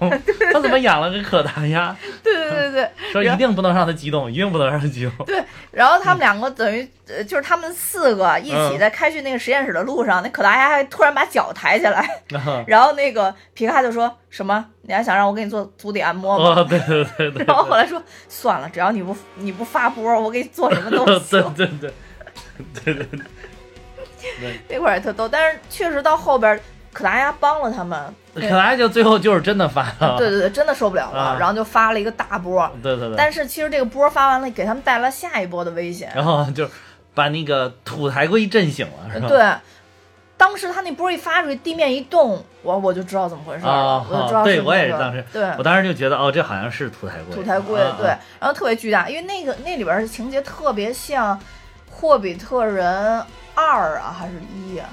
他怎么养了个可达鸭？
对对对对，
说一定不能让他激动，一定不能让他激动。
[laughs] 对，然后他们两个等于呃，就是他们四个一起
嗯
在开去那个实验室的路上，那可达鸭还突然把脚抬起来， [laughs]
啊
然后那个皮卡就说什么你还想让我给你做足底按摩吗？ [laughs]
哦，对对对对
然后后来说算了，只要你不你不发波，我给你做什么
[laughs]
都
对
行。
对对对对对。
那块儿也特逗，但是确实到后边儿可达鸭帮了他们，
可达就最后就是真的发了，
对对对，真的受不了了，
啊
然后就发了一个大波。
对对对，
但是其实这个波发完了，给他们带来下一波的危险。
然后就是把那个土台龟震醒了，是吧？
对，当时他那波一发出去，地面一动，我我就知道怎么回事了，
啊
我就知道
啊对
怎么
我
回
也
事
是
儿
当时我
对。
当时就觉得哦，这好像是土台龟，
土台龟，
啊
对，
啊
然后特别巨大，因为那个那里边儿的情节特别像《霍比特人二》啊，还是一啊？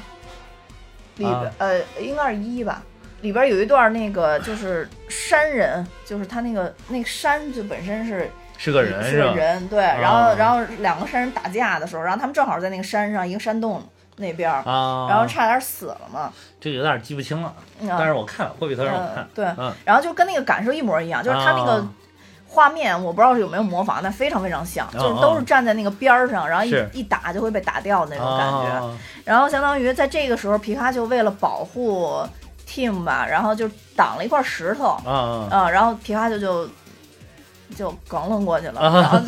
里边、
啊
呃，应该是一吧。里边儿有一段那个就是山人，就是他那个那个山就本身是
是个人
是
吧？
人，对，然后
啊
然后两个山人打架的时候，然后他们正好在那个山上一个山洞那边儿，
啊，
然后差点死了嘛。
这个有点记不清了，
嗯啊
但是我看了《霍比特》让我
嗯
看，，
对
嗯，
然后就跟那个感受一模一样，就是他那个
啊
画面，我不知道是有没有模仿，但非常非常像，
嗯
就是都是站在那个边儿上，然后一
是
一打就会被打掉的那种感觉。
啊
然后相当于在这个时候，皮卡丘为了保护 Team 吧，然后就挡了一块石头，
啊啊
嗯，然后皮卡丘就就梗愣过去了，然
[laughs]
后
啊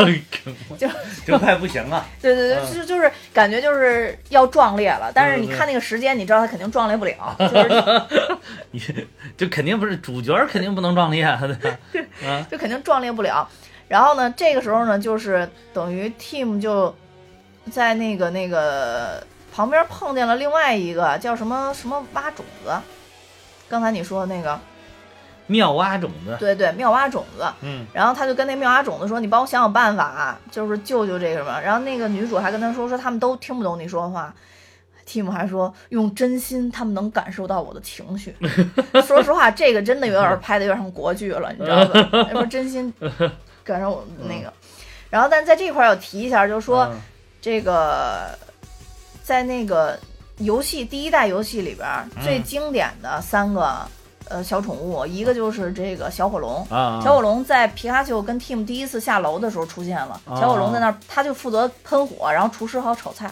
就，就
这快不行了， [laughs]
对对对，
嗯
就是就是感觉就是要壮烈了，但是
对
你
对
看那个时间，你知道他肯定壮烈不
[laughs]
了，就是
你这肯定不是主角，肯定不能壮烈，对吧？
就肯定壮烈不了。然后呢，这个时候呢，就是等于 team 就在那个那个旁边碰见了另外一个叫什么什么挖种子，刚才你说的那个，
妙蛙种子，
对对，妙蛙种子。
嗯
然后他就跟那妙蛙种子说：“你帮我想想办法、啊，就是救救这个什么。”然后那个女主还跟他说：“说他们都听不懂你说话。” team 还说：“用真心，他们能感受到我的情绪。” [laughs] 说实话，这个真的有点儿拍的有点像国剧了，你知道吧？说真心感受我们那个。然后，但在这块儿要提一下，就是说、
嗯
这个在那个游戏第一代游戏里边儿、最经典的三个呃小宠物，一个就是这个小火龙。
啊， [laughs]
小火龙在皮卡丘跟 Team 第一次下楼的时候出现了。
啊
小火龙在那儿，他就负责喷火，然后厨师好炒
[laughs]
菜，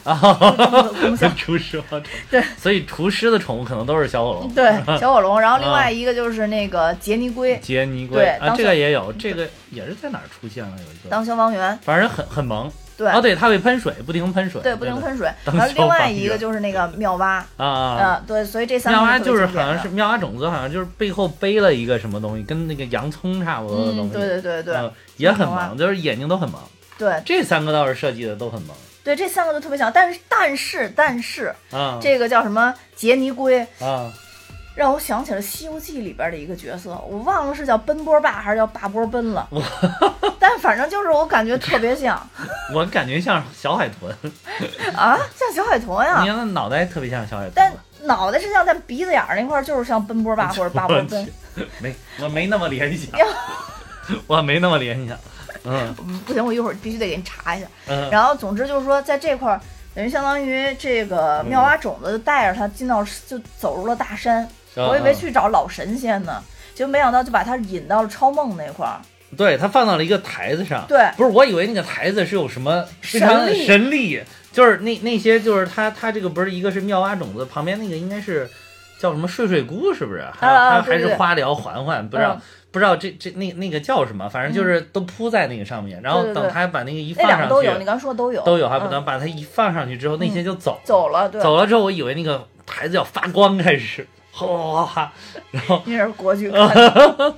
功效。
啊厨师啊，
对，
所以厨师的宠物可能都是小火龙、
对，
[laughs]
小火龙。然后另外一个就是那个杰尼龟，
杰尼龟
对
啊，
当
这
小
个也有，这个也是在哪儿出现了有一个，
当消防员。
反正很很萌。
对
哦，对，它会喷水，不停喷水，
对，不停
对
喷水。
当
然后另
消
外
防
一个
员
就是那个妙蛙，
对啊啊。啊
嗯，对，所以这三个
妙蛙
特
就
别
是
经
好
典
像
的
是妙蛙种子，好像就是背后背了一个什么东西，跟那个洋葱差不多的东
嗯，
西。
对对对对
嗯也很
妙蛙
萌，就是眼睛都很萌。
对
这三个倒是设计的都很萌
对，这三个就特别像。但是但是但是，
啊。
这个叫什么杰尼龟，
啊，
让我想起了《西游记》里边的一个角色，我忘了是叫奔波霸还是叫霸波奔
[laughs]
了，但反正就是我感觉特别像
我感觉像小海豚，
啊，像小海豚
你
呀、
看脑袋特别像小海豚。 [laughs]
但脑袋是像，但鼻子眼儿那块儿就是像奔波霸或者霸波
我
奔
去，没，我没那么联
[laughs]
想，我没那么联想。嗯
嗯不行，我一会儿必须得给你查一下。
嗯，
然后总之就是说，在这块儿，等于相当于这个
嗯
妙蛙种子就带着他进到就走入了大山，
嗯
我以为去找老神仙呢，结果没想到就把他引到了超梦那块儿。
对，它放到了一个台子上。
对
不是，我以为那个台子是有什么非常
神力
神力，就是那那些就是它它这个不是一个是妙蛙种子，旁边那个应该是叫什么睡睡姑，是不是？还有
啊啊
还还
对对
是
对
花疗环环，不知道、
嗯
不知道这这那那个叫什么，反正就是都铺在那个上面，然后
对对对
等它把那个一
那
放
两个
上去，
都有，你刚说的都有，
都有，还
嗯
不能把它一放上去之后，那些就走
走了，对，
走了之后，我以为那个台子要发光开始， [laughs] 哗哗哗，然后
那是国剧
呃
看
[laughs]
的，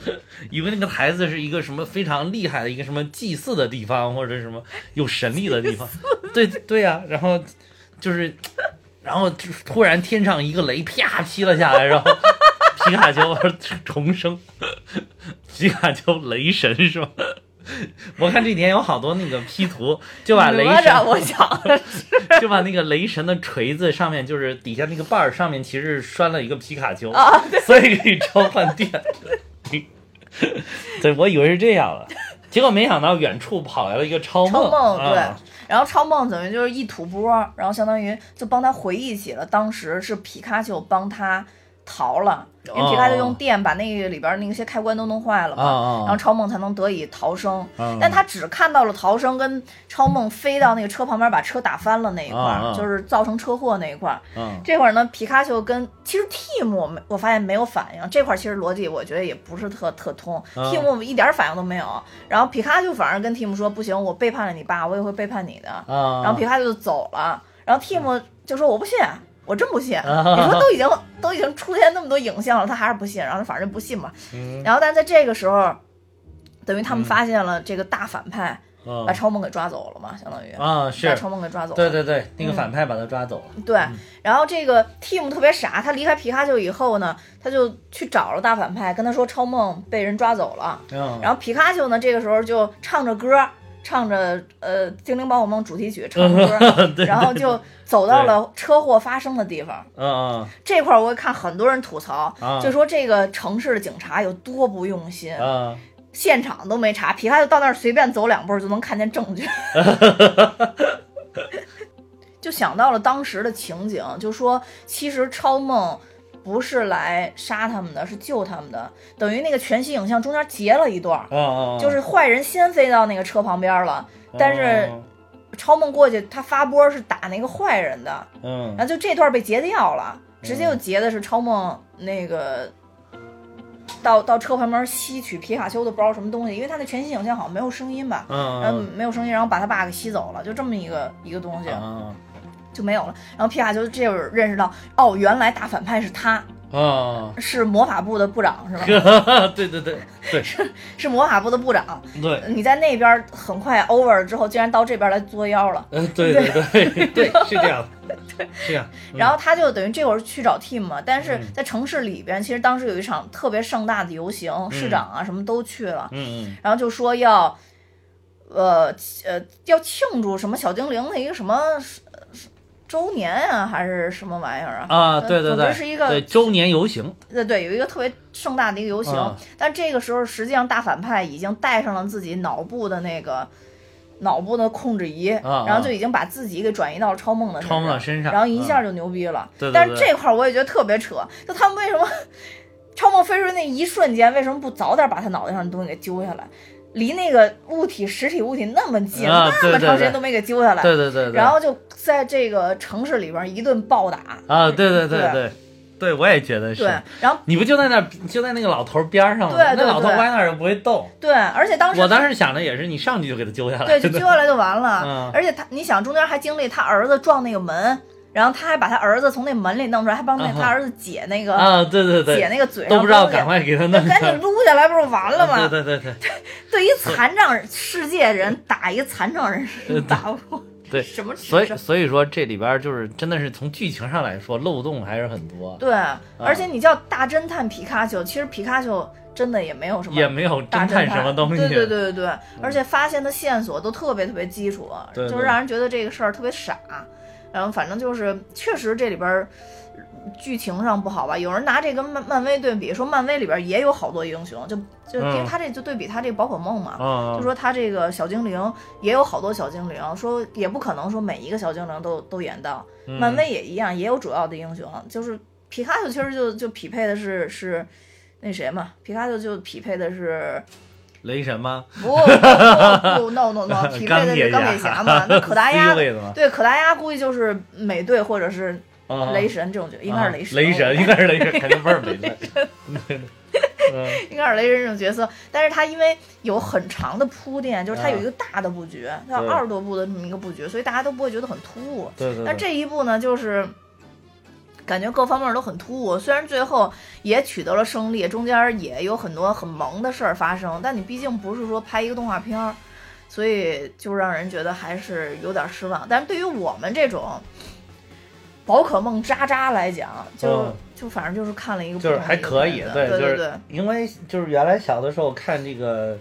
以为那个台子是一个什么非常厉害的一个什么祭祀的地方，或者什么有神力的地方。对对呀、然后就是，然后就突然天上一个雷啪劈了下来，然后皮卡丘 [laughs] 重生，皮卡丘雷神是吧？ [laughs] 我看这几天有好多那个 P 图，就把雷
哪吒，
神
我想
[laughs]
的是
就把那个雷神的锤子上面，就是底下那个把儿上面，其实是拴了一个皮卡丘，
啊，
所以可以召唤电。对，我以为是这样了，结果没想到远处跑来了一个超
超
梦。
梦对
啊、。
然后超梦等于就是一吐波，然后相当于就帮他回忆起了当时是皮卡丘帮他逃了，因为皮卡丘用电把那个里边那些开关都弄坏了嘛，
哦哦哦
然后超梦才能得以逃生。
嗯
但他只看到了逃生跟超梦飞到那个车旁边把车打翻了那一块儿，
哦哦
就是造成车祸那一块儿。
嗯，
这会儿呢，皮卡丘跟其实 Team 我没我发现没有反应，这块儿其实逻辑我觉得也不是特特通、
嗯
t e a m 一点儿反应都没有。然后皮卡丘反而跟 Team 说：“不行，我背叛了你爸，我也会背叛你的。
啊，
然后皮卡丘就走了，然后 Team 就说：“我不信，我真
[laughs]
不信。
啊
你说都已经都已经出现那么多影像了，他还是不信，然后他反正就不信嘛。
嗯
然后但在这个时候，等于他们发现了这个大反派、
嗯
把超梦给抓走了嘛，相当于、
啊
把
是，
超梦给抓走了。
对对对，那个反派把他抓走了。
对，然后这个 Team 特别傻，他离开皮卡丘以后呢，他就去找了大反派，跟他说超梦被人抓走了。
嗯，
然后皮卡丘呢，这个时候就唱着歌，唱着呃《精灵宝可梦》主题曲，唱着歌，
[laughs] 对
然后就走到了车祸发生的地方。
嗯
这块儿我也看很多人吐槽，
啊
就说这个城市的警察有多不用心，
嗯嗯，
现场都没查，皮卡丘到那儿随便走两步就能看见证据。就想到了当时的情景，就说其实超梦不是来杀他们的，是救他们的。等于那个全息影像中间截了一段儿，
啊，
就是坏人先飞到那个车旁边了，但是超梦过去他发波是打那个坏人的，
嗯
然后就这段被截掉了，直接就截的是超梦那个。到到车旁边吸取皮卡丘的不知道什么东西，因为他那全息影像好像没有声音吧，然后
嗯
没有声音，然后把他爸给吸走了，就这么一个一个东西
啊
就没有了。然后皮卡丘这会儿认识到，哦，原来大反派是他，
啊，
是魔法部的部长是吧？
对对对对
是魔法部的部长。
对，
你在那边很快 over 了之后，竟然到这边来作妖了。
嗯对对
[laughs]
对对，是这样，这样，
然后他就等于这会儿去找 team 嘛，但是在城市里边，其实当时有一场特别盛大的游行，市长啊什么都去了，
嗯
然后就说要，呃呃要庆祝什么小精灵的一个什么呃周年啊，还是什么玩意儿啊？
嗯啊，对对对，对周年游行，
呃，对，有一个特别盛大的一个游行，
啊
但这个时候实际上大反派已经带上了自己脑部的那个脑部的控制仪，
啊
然后就已经把自己给转移到了超梦的
超梦的身上嗯
然后一下就牛逼了。
对对
但是
对
这块儿我也觉得特别扯，就他们为什么超梦飞出去那一瞬间，为什么不早点把他脑袋上的东西给揪下来？离那个物体、实体物体那么近，
啊
那么
对对
长时
对
间都没给揪下来，
对对对对，
然后就在这个城市里边一顿暴打。
啊，对对对对对，我也觉得是
对，，然后
你不就在那就在那个老头边儿上吗？那老头歪那儿又不会动。
对，而且当时
我当时想的也是，你上去就给他揪下来。
对，就揪下来就完了。
嗯
而且他，你想中间还经历他儿子撞那个门，然后他还把他儿子从那门里弄出来，还帮那
啊哈
他儿子解那个、
啊，对对对，
解那个嘴上
都不知道，
东西
赶快给他弄
赶紧撸下来，不是完了吗？
啊对对对对
对一残障世界人打一残障人是打不过，
对，
什么智
所以
障
所以说这里边就是真的是从剧情上来说漏洞还是很多，
对，而且你叫大侦探皮卡丘，其实皮卡丘真的也没有什么
也没有
大
侦探什么东西。
对
嗯
对对对对，而且发现的线索都特别特别基础，
对对
就是让人觉得这个事儿特别傻。然后反正就是，确实这里边儿呃剧情上不好吧？有人拿这跟漫漫威对比，说漫威里边也有好多英雄，就就因为
嗯
他这就对比他这宝可梦嘛，
嗯，
就说他这个小精灵也有好多小精灵，说也不可能说每一个小精灵都都演到，
嗯
漫威也一样，也有主要的英雄，就是皮卡丘其实就就匹配的是是那谁嘛，皮卡丘就匹配的是
雷神吗？
不不不 no no no 匹配的是钢
钢
铁
铁
侠
侠
嘛，那可达
[laughs]
鸭
C 位的吗？
对可达鸭估计就是美队或者是
啊
雷神这种角，应该是雷神，
雷神应该是雷神，肯定不是
[laughs]
雷神。 [laughs] 嗯
应该是雷神这种角色，但是他因为有很长的铺垫，就是他有一个大的布局，要
啊对
二十多部的这么一个布局，所以大家都不会觉得很突兀。
对对
但
对，
这一部呢，就是感觉各方面都很突兀，虽然最后也取得了胜利，中间也有很多很萌的事儿发生，但你毕竟不是说拍一个动画片儿，所以就让人觉得还是有点失望。但是对于我们这种宝可梦渣渣来讲，就、
嗯
就反正就是看了一个
就是
不同的
还可
意
以
见，
对，
对
就
对
是因为就是原来小的时候看这个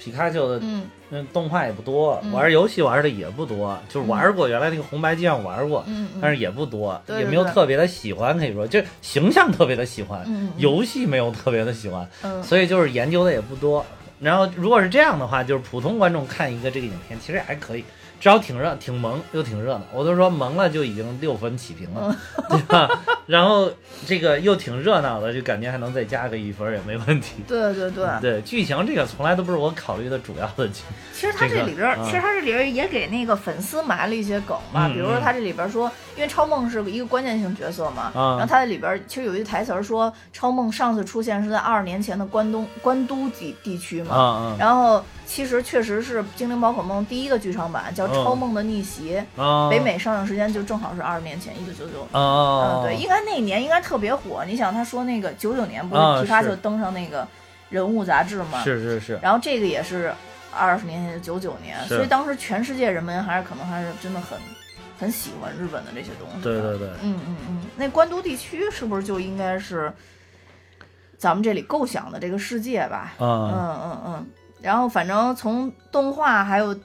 皮卡丘的
嗯
嗯，动画也不多，
嗯
玩游戏玩的也不多，就是玩过原来那个红白机上玩过，
嗯嗯
但是也不多，
对对
也没有
对
特别的喜欢，可以说就是形象特别的喜欢，
嗯嗯嗯
游戏没有特别的喜欢，
嗯
所以就是研究的也不多。然后如果是这样的话，就是普通观众看一个这个影片，其实也还可以，只要挺热、挺萌又挺热闹，我都说萌了就已经六分起评了，
嗯
对吧？ [laughs] 然后这个又挺热闹的，就感觉还能再加个一分也没问题。 [laughs]
对对对，
嗯对剧情这个从来都不是我考虑的主要的情
其实他这里边儿，
这个啊
其实他这里边儿也给那个粉丝埋了一些梗吧，
嗯
比如说他这里边儿说，因为超梦是一个关键性角色嘛，然
啊
后他这里边儿其实有一句台词儿说，超梦上次出现是在二十年前的关东关都地地区嘛，
啊
然后其实确实是《精灵宝可梦》第一个剧场版叫《超梦的逆袭》，
啊 [laughs] 啊！
北美上映时间就正好是二十年前，一九九九。嗯，，
哦
对，应该那一年应该特别火。你想，他说那个九九年不
啊
是皮卡
是
丘登上那个人物杂志吗？
啊是是是，
然后这个也是二十年前，九九年，
是
所以当时全世界人民还是可能还是真的很很喜欢日本的这些东西。
对对，对，
嗯嗯嗯，那关都地区是不是就应该是咱们这里构想的这个世界吧？嗯
啊，
嗯嗯。然后反正从动画还有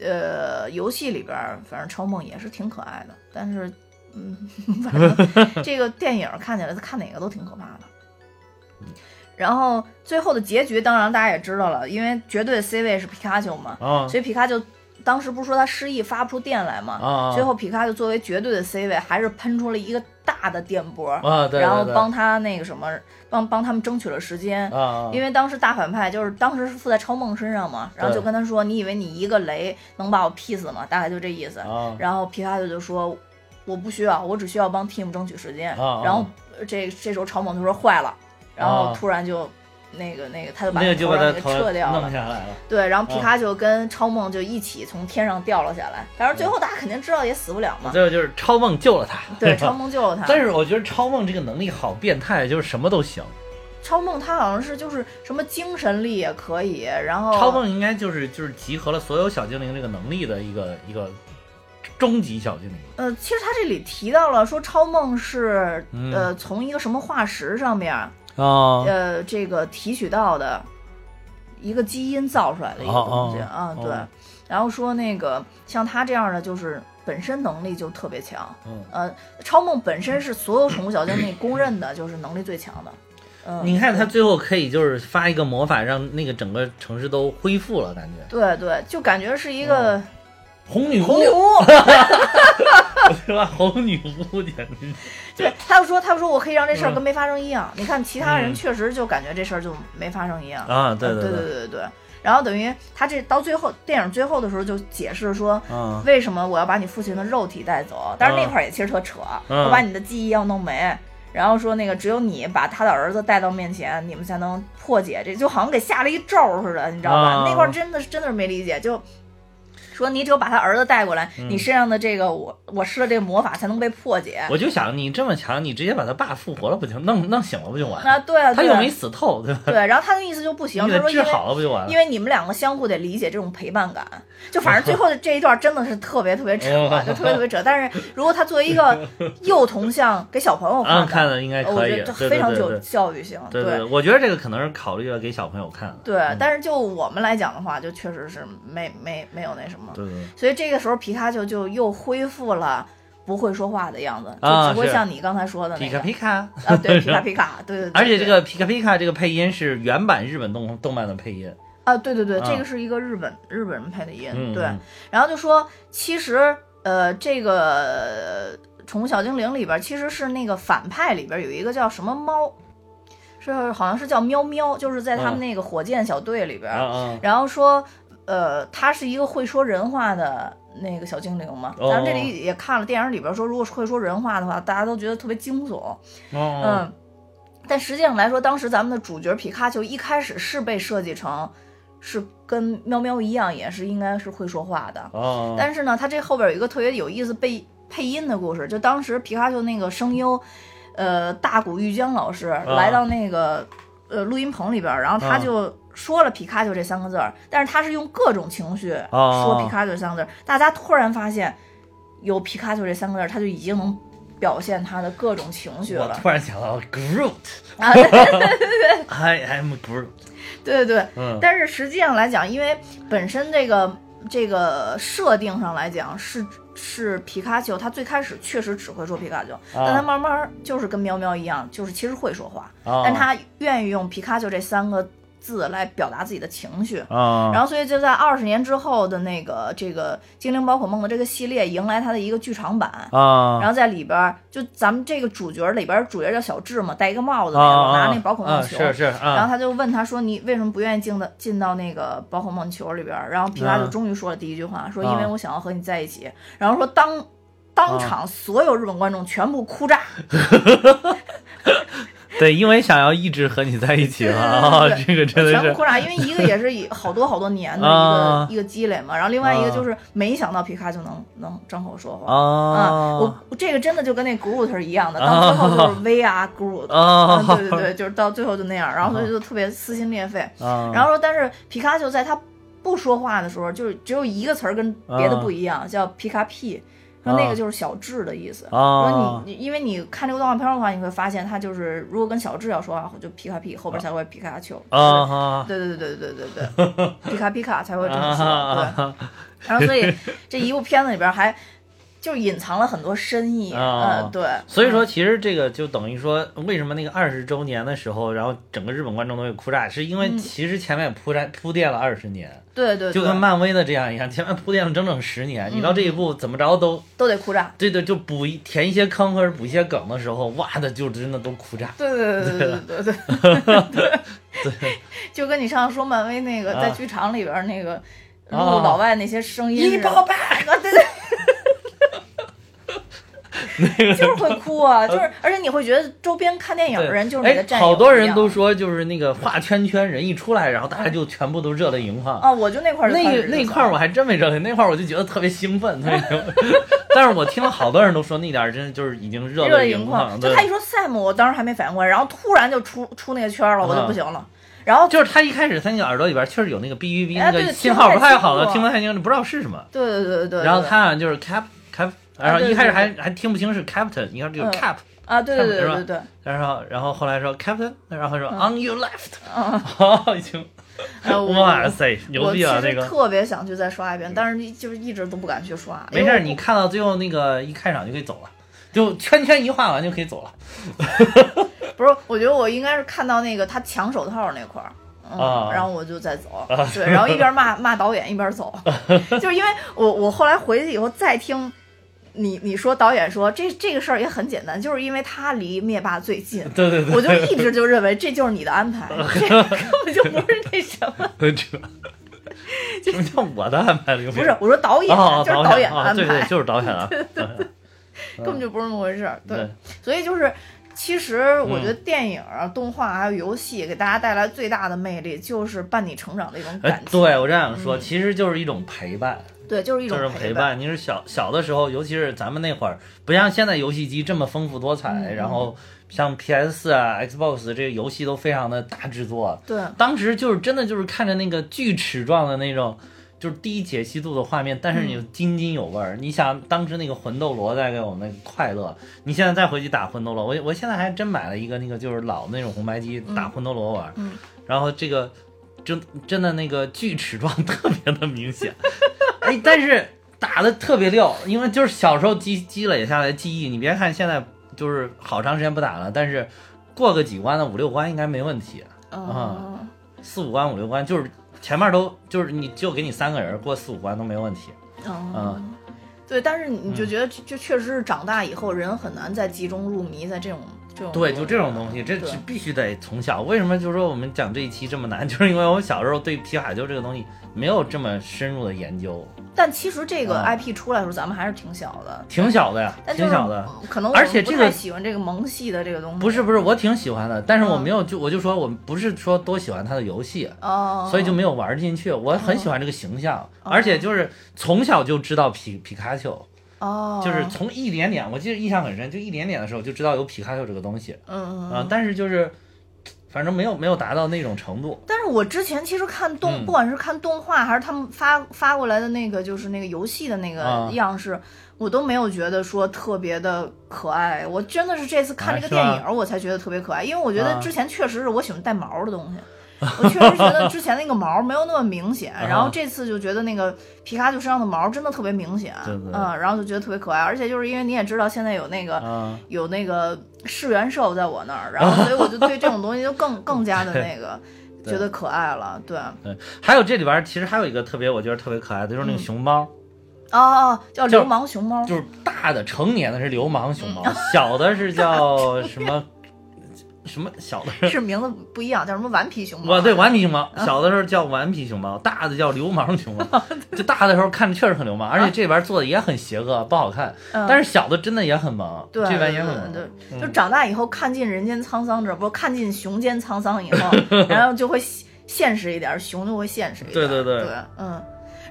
呃游戏里边儿，反正超梦也是挺可爱的，但是。嗯， [laughs] 反正这个电影看起来，看哪个都挺可怕的。然后最后的结局，当然大家也知道了，因为绝对 C 位是皮卡丘嘛，
啊，
所以皮卡丘当时不是说他失忆发不出电来吗？
啊
最后皮卡就作为绝对的 C 位，还是喷出了一个大的电波，
啊，对，
然后
对
帮他那个什么，帮帮他们争取了时间。
对啊，
因
为
为当时大反派就是当时是附在超梦身上嘛，然后就跟他说：“你以为你一个雷能把我劈死吗？”大概就这意思。
啊，
然后皮卡丘就说：“我不需要，我只需要帮 team 争取时间。
啊啊
然后呃这这时候超猛就说：“坏了！”然后
啊
突然就、那个那个，他就把
那个就
头
把
让
他
给
头
撤掉
弄
了。
下啊来了，
对，然后皮卡丘跟超梦就一起从天上掉了下来。但是
嗯
最后大家肯定知道也死不了嘛。
最后就是超梦救了他， [laughs]
对，超梦救了他。
但是我觉得超梦这个能力好变态，就是什么都行。
超梦他好像是就是什么精神力也可以，然后
超梦应该就是就是集合了所有小精灵这个能力的一个一个终极小精灵。
呃，其实他这里提到了说超梦是、
嗯
呃从一个什么化石上面
哦
呃，这个提取到的一个基因造出来的一个东西、
哦哦
啊，
哦
对。然后说那个像他这样的，就是本身能力就特别强。
嗯，
呃，超梦本身是所有宠物小精灵公认的，就是能力最强的。嗯，
你看他最后可以就是发一个魔法，让那个整个城市都恢复了，感觉。
对对，就感觉是一个
哦红女
红
巫
女，巫。
对吧？红女巫简
[laughs]
直。 [laughs]
对，他就说，他就说我可以让这事儿
嗯
跟没发生一样。你看其他人
嗯
确实就感觉这事儿就没发生一样
啊对
呃
对
对
对
对对对。然后等于他这到最后电影最后的时候就解释说，
嗯
为什么我要把你父亲的肉体带走？但是那
嗯
块儿也其实特扯，
嗯
我把你的记忆要弄没，然后说那个只有你把他的儿子带到面前，你们才能破解这，就好像给下了一咒儿似的，你知道吧？
啊
那块儿真的真的是没理解，就说你只有把他儿子带过来，你
嗯
身上的这个我我施的这个魔法才能被破解。
我就想你这么强，你直接把他爸复活了不就弄弄醒了不就完
那
了？
对啊，
他
对
又
啊
没死透，对吧？
对，然后他的意思就不
[laughs]
行，
你
他
给
说
他
因
治
为
好了不就完了
因？为你们两个相互得理解这种陪伴感，就反正最后的这一段真的是特别特别扯，啊就特别特别扯。但是如果他作为一
[laughs]
个幼童像给小朋友
啊，
看
看
的，
了应该
我
可
觉
以，
得
对
非
对
常
对
具有
对
教育性。
对对，嗯我觉得这个可能是考虑了给小朋友看的。
对，但是就我们来讲的话，就确实是没没没有那什么。
对对，
所以这个时候皮卡丘就又恢复了不会说话的样子，
啊
就只会
是
像你刚才说的
皮
那
卡
个
皮卡，
啊，
[laughs]
对皮卡皮卡，对对对。
而且这
对
个皮卡皮卡这个配音是原版日本动动漫的配音，
啊，对对对，
啊
这个是一个日本日本人配的音，
嗯
对
嗯。
然后就说，其实呃，这个呃《宠物小精灵》里边其实是那个反派里边有一个叫什么猫，是好像是叫喵喵，就是在他们
嗯
那个火箭小队里边。
啊啊，
然后说，呃，他是一个会说人话的。那个小精灵嘛，
哦
咱们这里也看了电影里边说，如果是会说人话的话，大家都觉得特别惊悚。
哦，
嗯，但实际上来说，当时咱们的主角皮卡丘一开始是被设计成是跟喵喵一样，也是应该是会说话的。
哦，
但是呢，它这后边有一个特别有意思被配音的故事，就当时皮卡丘那个声优，呃，大谷玉江老师来到那个、呃录音棚里边儿，然后他
啊
就。说了皮卡丘这三个字儿，但是他是用各种情绪
哦
说皮卡丘这三个字儿。大家突然发现有皮卡丘这三个字儿，他就已经能表现他的各种情绪
我
了。
突然想到 Groot，I [laughs]
啊，对
am Groot，
对对，
嗯，
但是实际上来讲，因为本身这个这个设定上来讲是是皮卡丘，它最开始确实只会说皮卡丘，但它慢慢儿就是跟喵喵一样，就是其实会说话，
啊
但它愿意用皮卡丘这三个字来表达自己的情绪。
啊，
然后，所以就在二十年之后的那个这个《精灵宝可梦》的这个系列迎来它的一个剧场版，
啊，
然后在里边儿就咱们这个主角里边儿主角叫小智嘛，戴一个帽子那
啊
个，拿那宝可梦球，
是是
然后
啊，
他就问他说：“你为什么不愿意进到进到那个宝可梦球里边儿？”然后皮卡丘
嗯
终于说了第一句话，说：“
啊
因为我想要和你在一起。”然后说当当场所有日本观众全部哭
啊
炸，
对，因为想要一直和你在一起嘛，啊，这个真的
全部
是
哭炸，因为一个也是以好多好多年的
啊
一个一个积累嘛，然后另外一个
啊
就是没想到皮卡丘能 [laughs] 能张口说话。啊，我
啊
我这个真的就跟那 Groot 是一样的，到最后就是 VR Groot，、
啊
嗯对对对，就是到最后就那样，然后所以就特别撕心裂肺。
啊，
然后说，但是皮卡丘在他不说话的时候，就是只有一个词儿跟别的不一
嗯
样，叫皮卡屁，说那个就是小智的意思。
啊
说你，你因为你看这个动画片的话，你会发现他就是如果跟小智要说话，就皮卡屁，后边才会皮卡丘。
啊哈
对对对对对对
[laughs]
对，皮卡皮卡才会这么
啊
说。对，
哈
然后所以这一部片子里边还就是隐藏了很多深意。
[laughs] 啊
嗯，对，
所以说，其实这个就等于说，为什么那个二十周年的时候，然后整个日本观众都会哭炸，是因为其实前面也铺垫铺垫了二十年，
对嗯对，
就
对嗯
跟漫威的这样一样，前面铺垫了整整十年，你到这一步怎么着都，
都得哭炸。
对对，就补一填一些坑或者补一些梗的时候，哇的就真的都哭炸。
对对对对对对对 [laughs] 就跟你上次说漫威那个
啊
在剧场里边那个录
啊啊
老外那些声音似的，
一包
八，对对，
[laughs] 那个
就是会哭啊，就是而且你会觉得周边看电影的人就是你的
哎，
战友一样，
好多人都说就是那个画圈圈人一出来，然后大家就全部都热泪盈眶。
啊，我就那块儿就
那
开
个
始
那块儿我还真没热泪，那块儿我就觉得特别兴奋，特别兴奋。 [laughs] 但是我听了好多人都说那点儿真的就是已经热
热
泪
泪盈
眶，
眶，就
对
他一说 Sam，我当时还没反应过来，然后突然就出出那个圈儿了，我就
啊
不行了，然后
就是他一开始他那个耳朵里边确实有那个哔哔哔
哎
那个
对
信号不太好了，听
听
不
不
太清，不知道是什么。
对对对啊对对，哎
然后他好像就是 cap cap，然后
对
一开始还
对
还听不清是 captain，你看这个
嗯
cap，
啊，对对对
是吧
对对对，
然后然后后来说 captain，然后说 on your left，
嗯，
哦， [laughs] 已经
呃我
[laughs] 哇塞，牛
我其
逼啊
实
这个！嗯
特别想去再刷一遍，但是就是一直都不敢去刷。
没
因
事
为
儿，
我
你看到最后那个一开场就可以走了，就圈圈一画完就可以走了
不是，我觉得我应该是看到那个他抢手套那块儿。嗯，
啊
然后我就再走，对，然后一边骂 [laughs] 骂导演一边
[laughs]
走，就是因为我我后来回去以后再听你你说导演说这这个事儿也很简单，就是因为他离灭霸最近，
对对对
我就一直就认为这就是你的安
[laughs]
排，这根本就不是那什么，。 [laughs]
这什么叫我的安排了？
不是我说导演、
哦，
就是
导
演的
啊，
安排，
对对，就是
[laughs]
导演啊，
根本就不是那么回事儿，对。
对，
所以就是，其实我觉
嗯
得电影、啊、动画还有游戏给大家带来最大的魅力，就是伴你成长的一种
哎
感，情。
对我这样说，其实就是一种陪伴，
对就是一
就
种
是
陪
陪。伴。你是小小的时候，尤其是咱们那会儿，不像现在游戏机这么丰富多
嗯
彩，然后像 PS 啊、Xbox 这个游戏都非常的大制作，
对，
当时就是真的就是看着那个锯齿状的那种，就是低解析度的画面，但是你就津津有味儿。你想当时那个魂斗罗带给我们那个快乐，你现在再回去打魂斗罗，我我现在还真买了一个那个就是老那种红白机打魂斗罗玩儿，
嗯
然后这个真真的那个锯齿状 [laughs] 特别的明显，哎，但是打的特别溜，因为就是小时候积积累下来的记忆，你别看现在就是好长时间不打了，但是过个几关呢，五六关应该没问题。啊
嗯，
四五关五六关，就是前面都就是你就给你三个人过四五关都没问题。啊
嗯，对。但是你就
嗯
觉得这，这确实是长大以后人很难再集中入迷在这种这种
对，就这种东西，这
对
是必须得从小。为什么就是说我们讲这一期这么难， [laughs] 就是因为我们小时候对皮卡丘这个东西没有这么深入的研究，
但其实这个
啊
IP 出来的时候，咱们还是挺小的，
挺小的呀，
但就
挺
是
小的。
嗯可能我
而且
不
这
太
个
喜欢这个萌系的这个东西，
不是不是，我挺喜欢的，但是我
嗯
没有就我就说我不是说多喜欢它的游戏，
哦，
所以就没有玩进去。我很喜欢这个形象，而且就是从小就知道皮皮卡丘，
哦，
就是从一点点，我记得印象很深，就一点点的时候就知道有皮卡丘这个东西。
嗯嗯
啊，但是就是，反正没有没有达到那种程度。
但是我之前其实看动，
嗯
不管是看动画还是他们发发过来的那个，就是那个游戏的那
啊
个样式，我都没有觉得说特别的可爱。我真的是这次看
啊
这个
是
电
吧
影儿，我才觉得特别可爱，因为我觉得
啊
之前确实是我喜欢带毛的东西。
[laughs]
我确实觉得之前那个毛没有那么明显，
啊
然后这次就觉得那个皮卡丘身上的毛真的特别明显，
对对
嗯，然后就觉得特别可爱，而且就是因为你也知道现在有那个
啊，
有那个世元兽在我那儿，然后所以我就对这种东西就
[laughs]
更更加的那个
对
觉得可爱了。对，哦
对，还有这里边儿其实还有一个特别，我觉得特别可爱的，就是那个
嗯
熊猫，
哦，叫流氓熊猫，
就是大的成年的是流氓熊
嗯
猫，小的
[laughs]
是叫什么什么小的是。
是名字不一样，叫什么顽皮熊猫？嗯
我哦对顽皮熊猫，小的时候叫顽皮熊猫，大的叫流氓熊
[laughs]
猫。就大的时候看着确实很流氓，而且这边做的也很邪恶，不好看。
嗯
但是小的真的也很萌，
对，
这边也
对
很嗯
对
萌。
对，对就长大以后看尽人间沧桑之后，不是看尽熊间沧桑以
[laughs]
后，然后就会现现实一点，熊就会现实一点。
对对对嗯
对，嗯。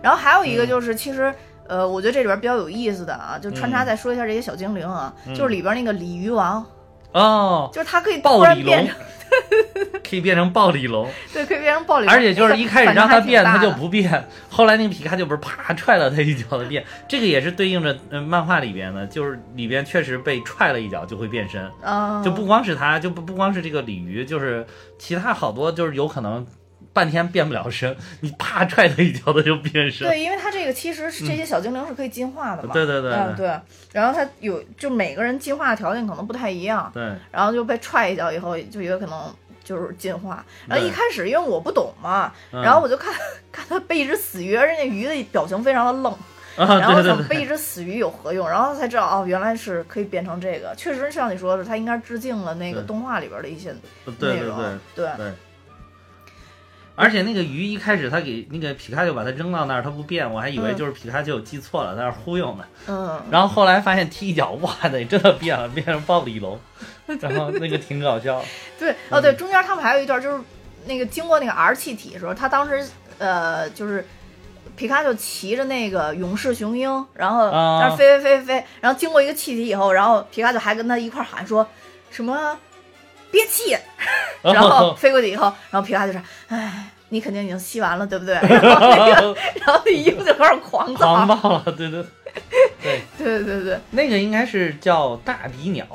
然后还有一个就是，其实。呃，我觉得这里边比较有意思的啊，就
嗯
穿插再说一下这些小精灵啊，就是里边那个鲤鱼王，
哦，
就是它可以突
暴
然
鲤
变
龙
成，
可以变成暴鲤龙。
对，可以变成暴力人，
而且就是一开始
反正
让他
还挺
变，
大
他就
的
不变。后来那个皮卡丘不是啪踹了他一脚的变，这个也是对应着呃漫画里边的，就是里边确实被踹了一脚就会变身，
啊，
就不光是他，就不不光是这个鲤鱼，就是其他好多就是有可能半天变不了身，你啪踹他一脚，他就变身。
对，因为它这个其实是这些小精灵是可以进化的嘛。
嗯对对对
嗯对。然后它有，就每个人进化条件可能不太一样，
对
然后就被踹一脚以后，就有可能就是进化。然后
对
一开始因为我不懂嘛，
嗯
然后我就看看它被一只死鱼，而且那鱼的表情非常的愣，
啊，
然后
对对
想
对，
被一只死鱼有何用？然后才知道哦，原来是可以变成这个。确实像你说的，它应该致敬了那个
对
动画里边的一些
对
内
对
容。
对
对
对。而且那个鱼一开始他给那个皮卡丘把它扔到那儿，它不变，我还以为
嗯
就是皮卡丘记错了，在那儿忽悠呢。
嗯，
然后后来发现踢一脚，哇塞，真的变了，变成暴力
[laughs]
龙，然后那个挺搞笑。
对，哦
嗯
对，中间他们还有一段就是那个呃经过那个 R 气体的时候，他当时呃就是。皮卡丘骑着那个勇士雄鹰，然后
啊
在那飞飞飞飞，然后经过一个气体以后，然后皮卡丘还跟他一块儿喊说什么“憋气”，
哦
然后飞过去以后，然后皮卡丘说：“哎，你肯定已经吸完了，对不
[laughs]
对？”然后那个，然后那衣服就开始狂躁，
狂暴了，对对
[laughs]
对，
对对对，
那个应该是叫大鼻鸟，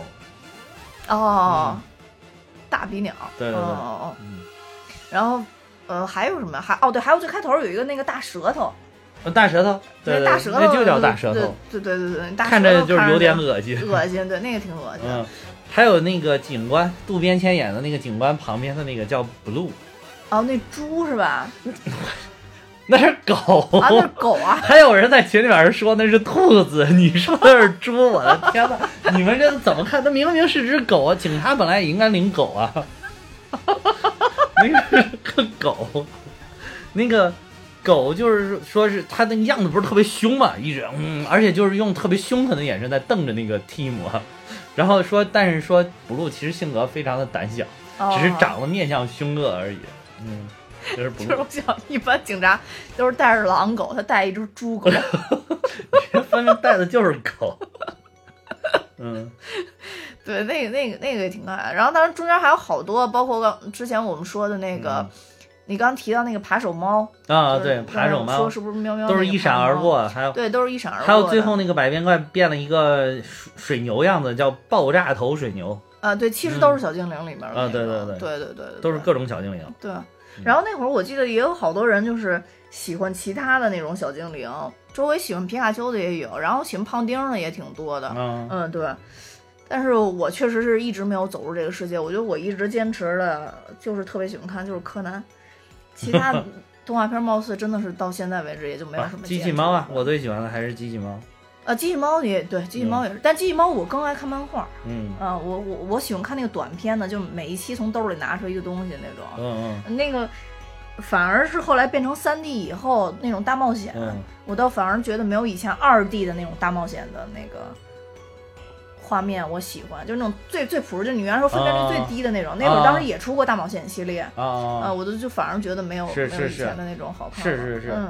哦，大鼻鸟，
嗯对
哦
对对
哦哦，
嗯
然后呃还有什么？还哦对，还有最开头有一个那个大舌头，
呃大舌头，对
那
对，
大舌头
那就叫大舌头，，
对对对对对，大舌头
看着就是有点
恶
恶心。
恶心，对，那个挺恶心的，
嗯，还有那个警官渡边谦演的那个警官旁边的那个叫 Blue，
哦，那猪是吧？
那是狗。，
啊，那是狗啊
还有人在群里边说那是兔子，你说那是猪，我的天呐， [laughs] 你们这怎么看？那明明是只狗啊，警察本来也应该领狗啊，那是个狗，那个狗就是说是它那个样子不是特别凶嘛，一直嗯，而且就是用特别凶狠的眼神在瞪着那个 team，啊然后说但是说 blue 其实性格非常的胆小，
哦
只是。长得面相凶恶而已，嗯，就是
就
blue
是我想，一般警察都是带着狼狗，他带一只猪狗，
[laughs] 分明带的就是狗。嗯，
对，那个那个那个也挺可爱的。然后当然中间还有好多，包括刚之前我们说的那个，
嗯
你刚提到那个扒手猫，
啊，
就是
对，
刚
爬
才
手
我们说
猫
是不是喵喵？
都是一闪而，过，还有
对，都是一闪而过的。
还有最后那个百变怪变了一个水水牛样子，叫爆炸头水牛，
啊，对，其实都是小精灵里面的那
啊对
个
对
对对对对，
都是各种小嗯精灵。
对。然后那会儿我记得也有好多人就是喜欢其他的那种小精灵，周围喜欢皮卡丘的也有，然后喜欢胖丁儿的也挺多的，
嗯，
嗯，对。但是我确实是一直没有走入这个世界，我觉得我一直坚持的就是特别喜欢看就是柯南，其
[laughs]
他的动画片貌似真的是到现在为止也就没有
啊
什么
机
坚
器
持
猫啊
了，
我最喜欢的还是机器猫。
呃，机器猫也对，机器
嗯
猫也是，但机器猫我更爱看漫画。
嗯
啊，我我我喜欢看那个短片的，就是每一期从兜里拿出一个东西那种。
嗯
那个反而是后来变成三 D 以后那种大冒险，
嗯
我倒反而觉得没有以前二 D 的那种大冒险的那个画面我喜欢，就是那种最最朴实，就你原来说分辨率最低的那种。那会儿当时也出过大冒险系列，呃
嗯啊，
我都就反而觉得没有
是
没有
是
以
是
前的那种好看了
是是是
嗯。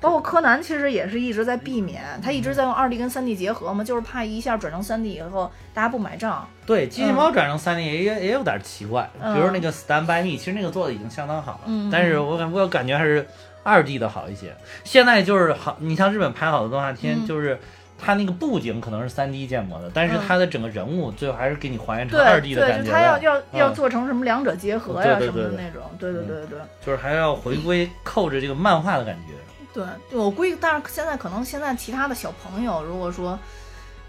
包括柯南其实也是一直在避免，他
嗯
一直在用二 D 跟三 D 结合嘛，就是怕一下转成三 D 以后大家不买账。
对，机器
嗯
猫转成三 D 也也也有点奇怪，比如那个 Stand by Me，其实那个做的已经相当好了，
嗯
但是我感我感觉还是二 D 的好一些。现在就是好，你像日本拍好的动画片，
嗯
就是它那个布景可能是三 D 建模的，但是
嗯
它的整个人物最后还是给你还原成二
对
D 的
对，
感
就
觉
他要
的，
要要
嗯
做成什么两者结合
对
呀
对
什么的
对对嗯
那种。对对对对
就是还要回归扣着这个漫画的感觉。
对，就我估计，但是现在可能现在其他的小朋友如果说。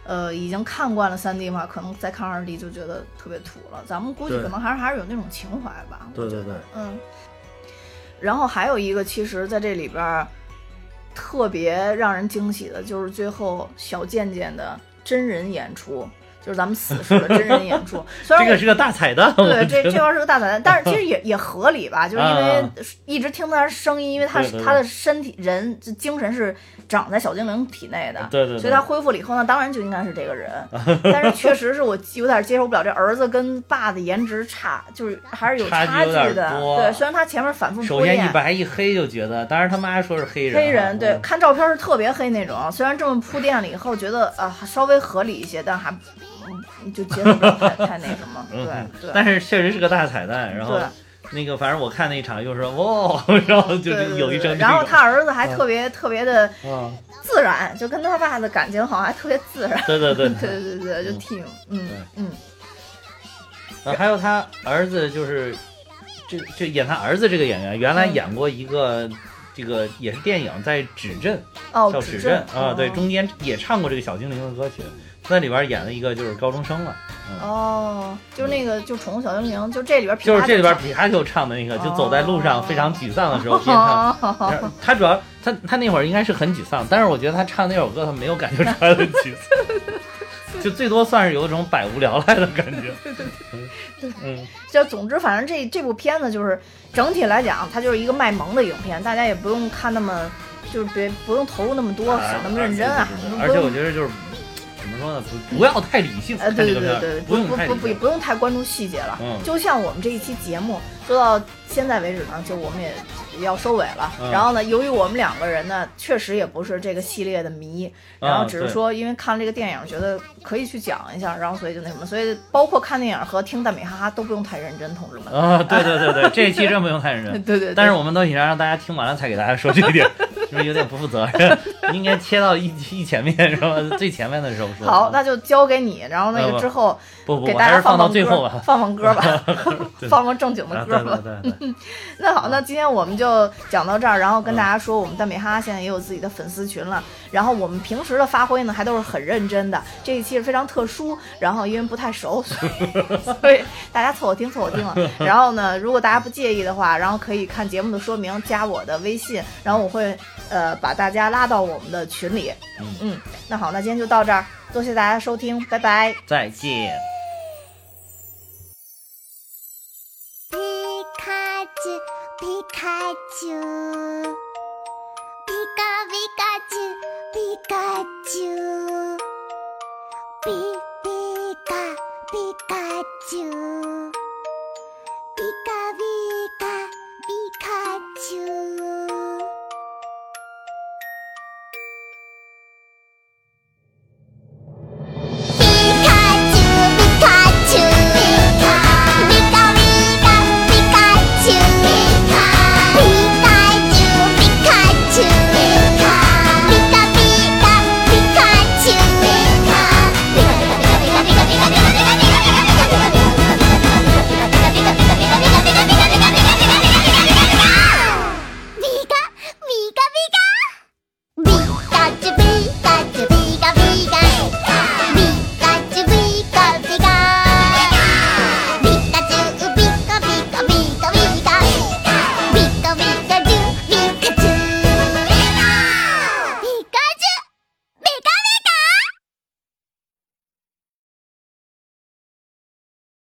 呃，已经看惯了三 D 嘛，可能再看二 D 就觉得特别土了。咱们估计
对
可能还是还是有那种情怀吧。我
对
觉
对
得
对
嗯。然后还有一个，其实在这里边儿特别让人惊喜的，就是最后小贱贱的真人演出，就是咱们死士的真人演
[laughs]
出。虽然
这
我
个是个大彩蛋， [laughs] 我
对，这
觉得
这块是个大彩蛋，但是其
[laughs]
实也也合理吧，就是因为
啊
一直听他声音，因为他
对对对
他的身体人就精神是长在小精灵体内的，
对对对
所以他恢复了以后呢，当然就应该是这个人，但是确实是我有点接受不了，这儿子跟爸的颜值差，就是还是有
差距有
距
点
的，
多
对，虽然他前面反复
首
推
先一
演。
白一黑就觉得，当然他妈说是黑人啊，
黑人对，
嗯
看照片是特别黑那种，虽然这么铺垫了以后，觉得啊稍微合理一些，但还嗯就接受不了太太那什么，
嗯，
对对
但。是确实是个大彩蛋。然后
对
那个，反正我看那一场又说哇， [laughs] 然后就
对对
是有一
对
声这
然后
种
他儿子还特别、特别的
嗯，
自然，就跟他爸的感情好像还特别自然。
对对对
对对对，嗯对就 team，嗯嗯
呃啊还有他儿子就是这这演他儿子这个演员，原
嗯
来演过一个这个也是电影，在指镇
哦，
叫
指
指
正
镇啊，对，中间也唱过这个小精灵的歌曲，在里边演了一个就是高中生了，嗯，
哦，就是那个就宠物小精灵，就这里边皮
就是这里边
皮
皮卡丘唱的那个，就走在路上
哦
非常沮丧的时候边唱。
[laughs]
[laughs] 他主要他他那会儿应该是很沮丧，但是我觉得他唱那首歌，他没有感觉出来很沮丧，
[laughs]
就最多算是有一种百无聊赖的感觉。嗯，
就总之，反正这这部片子就是整体来讲，它就是一个卖萌的影片，大家也不用看那么，就是别不用投入那么多，想那么认真啊，你们
而
不
且我
用。
觉得就是怎么说呢，不不要太理性
呃，
看
对对
这个片
对
儿，
对，
不用
不
太
不
理
不
性。
不用太关注细节了。
嗯
就像我们这一期节目做到现在为止呢，就我们也要收尾了。
嗯
然后呢，由于我们两个人呢，确实也不是这个系列的迷，
啊
然后只是说因为看这个电影觉得可以去讲一下，然后所以就那什么，所以包括看电影和听大美哈哈都不用太认真，同志们。
啊，对对对对，这一期真不用太认真。
[laughs] 对对对
呃但是我们都已经让大家听完了才给大家说这一点， [laughs] 是不是有点不负责任？ [laughs] 应该切到一一前面是吧？最前面的时候说。
好，那就交给你，然后那
哎
个
不
之后
不不，
给
嗯我
大
还
家
是放到
放
最
歌
后吧。
放放歌吧，
[laughs]
[laughs]
对
放放正经的
啊，
歌
对
吧
对。对对。
[laughs] 那好，那今天我们就讲到这儿，然后跟大家说，我们蛋美哈哈现在也有自己的粉丝群了。然后我们平时的发挥呢，还都是很认真的。这一期是非常特殊，然后因为不太熟，所以所以大家凑合听凑合听了。然后呢，如果大家不介意的话，然后可以看节目的说明，加我的微信，然后我会呃把大家拉到我们的群里。
嗯
嗯，那好，那今天就到这儿，多谢大家收听，拜拜。
再见。
ピカチュウピカチュウピカピカチュウピカチュウ